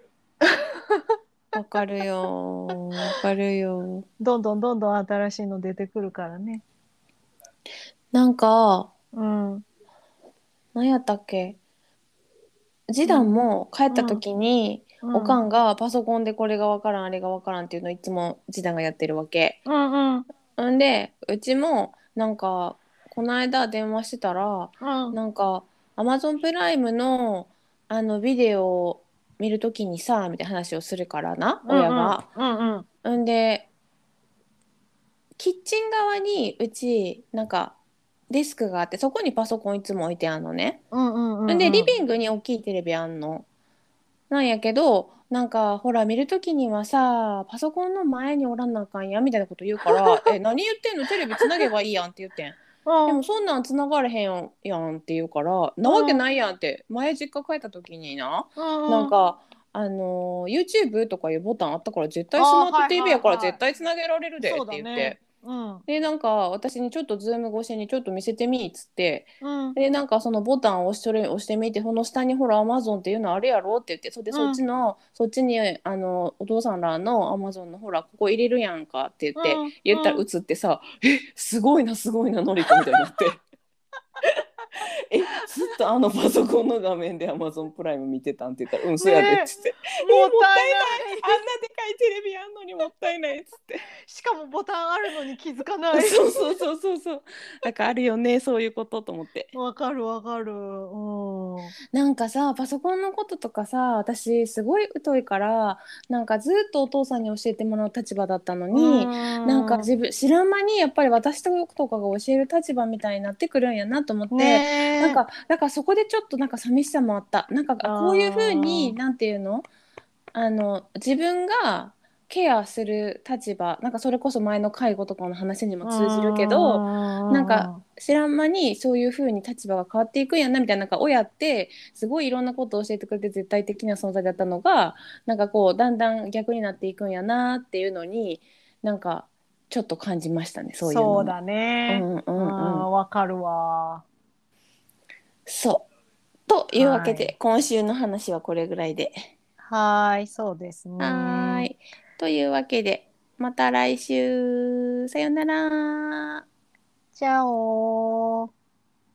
S1: わかるよわかるよ
S2: どんどんどんどん新しいの出てくるからね。
S1: なんか
S2: うん、
S1: 何やったっけ次男も帰った時に、おかんがパソコンでこれがわからんあれがわからんっていうのをいつも次男がやってるわけ。
S2: うんうん
S1: んでうちもなんかこの間電話してたら
S2: うん
S1: なんかアマゾンプライムのあのビデオを見るときにさみたいな話をするからな親が。
S2: うんうんうん
S1: んでキッチン側にうちなんかデスクがあってそこにパソコンいつも置いてあるのね。
S2: うんうんうんうん
S1: でリビングに大きいテレビあんの。なんやけどなんかほら見る時にはさパソコンの前におらんなあかんやみたいなこと言う から「え何言ってんのテレビつなげばいいやん」って言ってん「で
S2: う
S1: も
S2: ん
S1: そんなんつながれへんやん」って言うから「なわけないやん」って前実家帰った時にななんか。あのー YouTube とかいうボタンあったから絶対スマー
S2: あ
S1: ト
S2: ーはいはいはい
S1: TV やから絶対つなげられるでって
S2: そ
S1: 言っ
S2: うだ
S1: て、
S2: ねうん
S1: でなんか私にちょっとズーム越しにちょっと見せてみいっつって、
S2: うん
S1: でなんかそのボタンを押しとる押してみてその下にほらアマゾンっていうのあるやろって言ってそれで
S2: うん
S1: そっちの、そっちにあのお父さんらのアマゾンのほらここ入れるやんかって言って、
S2: うん
S1: 言ったら
S2: うん
S1: 映ってさ「えすごいなすごいなのりこ」みたいになって えずっとあのパソコンの画面でアマゾンプライム見てたんって言ったら「うんそうやで」っつって、
S2: もったいない
S1: あんなでかいテレビあんのにもったいない」っつって
S2: しかもボタンあるのに気づかない
S1: そうそうそうそうそうなんかあるよねそういうことと思って。
S2: わかるわかるうん
S1: なんかさパソコンのこととかさ私すごい疎いからなんかずっとお父さんに教えてもらう立場だったのに、なんか自分知らん間にやっぱり私とかが教える立場みたいになってくるんやなと思って、
S2: ね
S1: なんかだからそこでちょっとなんか寂しさもあったなんか
S2: あー
S1: こういうふうになんていうのあの自分がケアする立場なんかそれこそ前の介護とかの話にも通じるけど。
S2: なん
S1: か知らん間にそういう風に立場が変わっていくんやなみたいななんか親ってすごいいろんなことを教えてくれて絶対的な存在だったのがなんかこうだんだん逆になっていくんやなっていうのになんかちょっと感じましたねそ
S2: そうう
S1: いうのも
S2: だ
S1: う
S2: ね
S1: んう
S2: うん
S1: うん
S2: わかるわ
S1: そうというわけで、
S2: はい
S1: 今週の話はこれぐらいで。
S2: はーいそうですね
S1: はーいというわけでまた来週さよなら。
S2: じゃあおー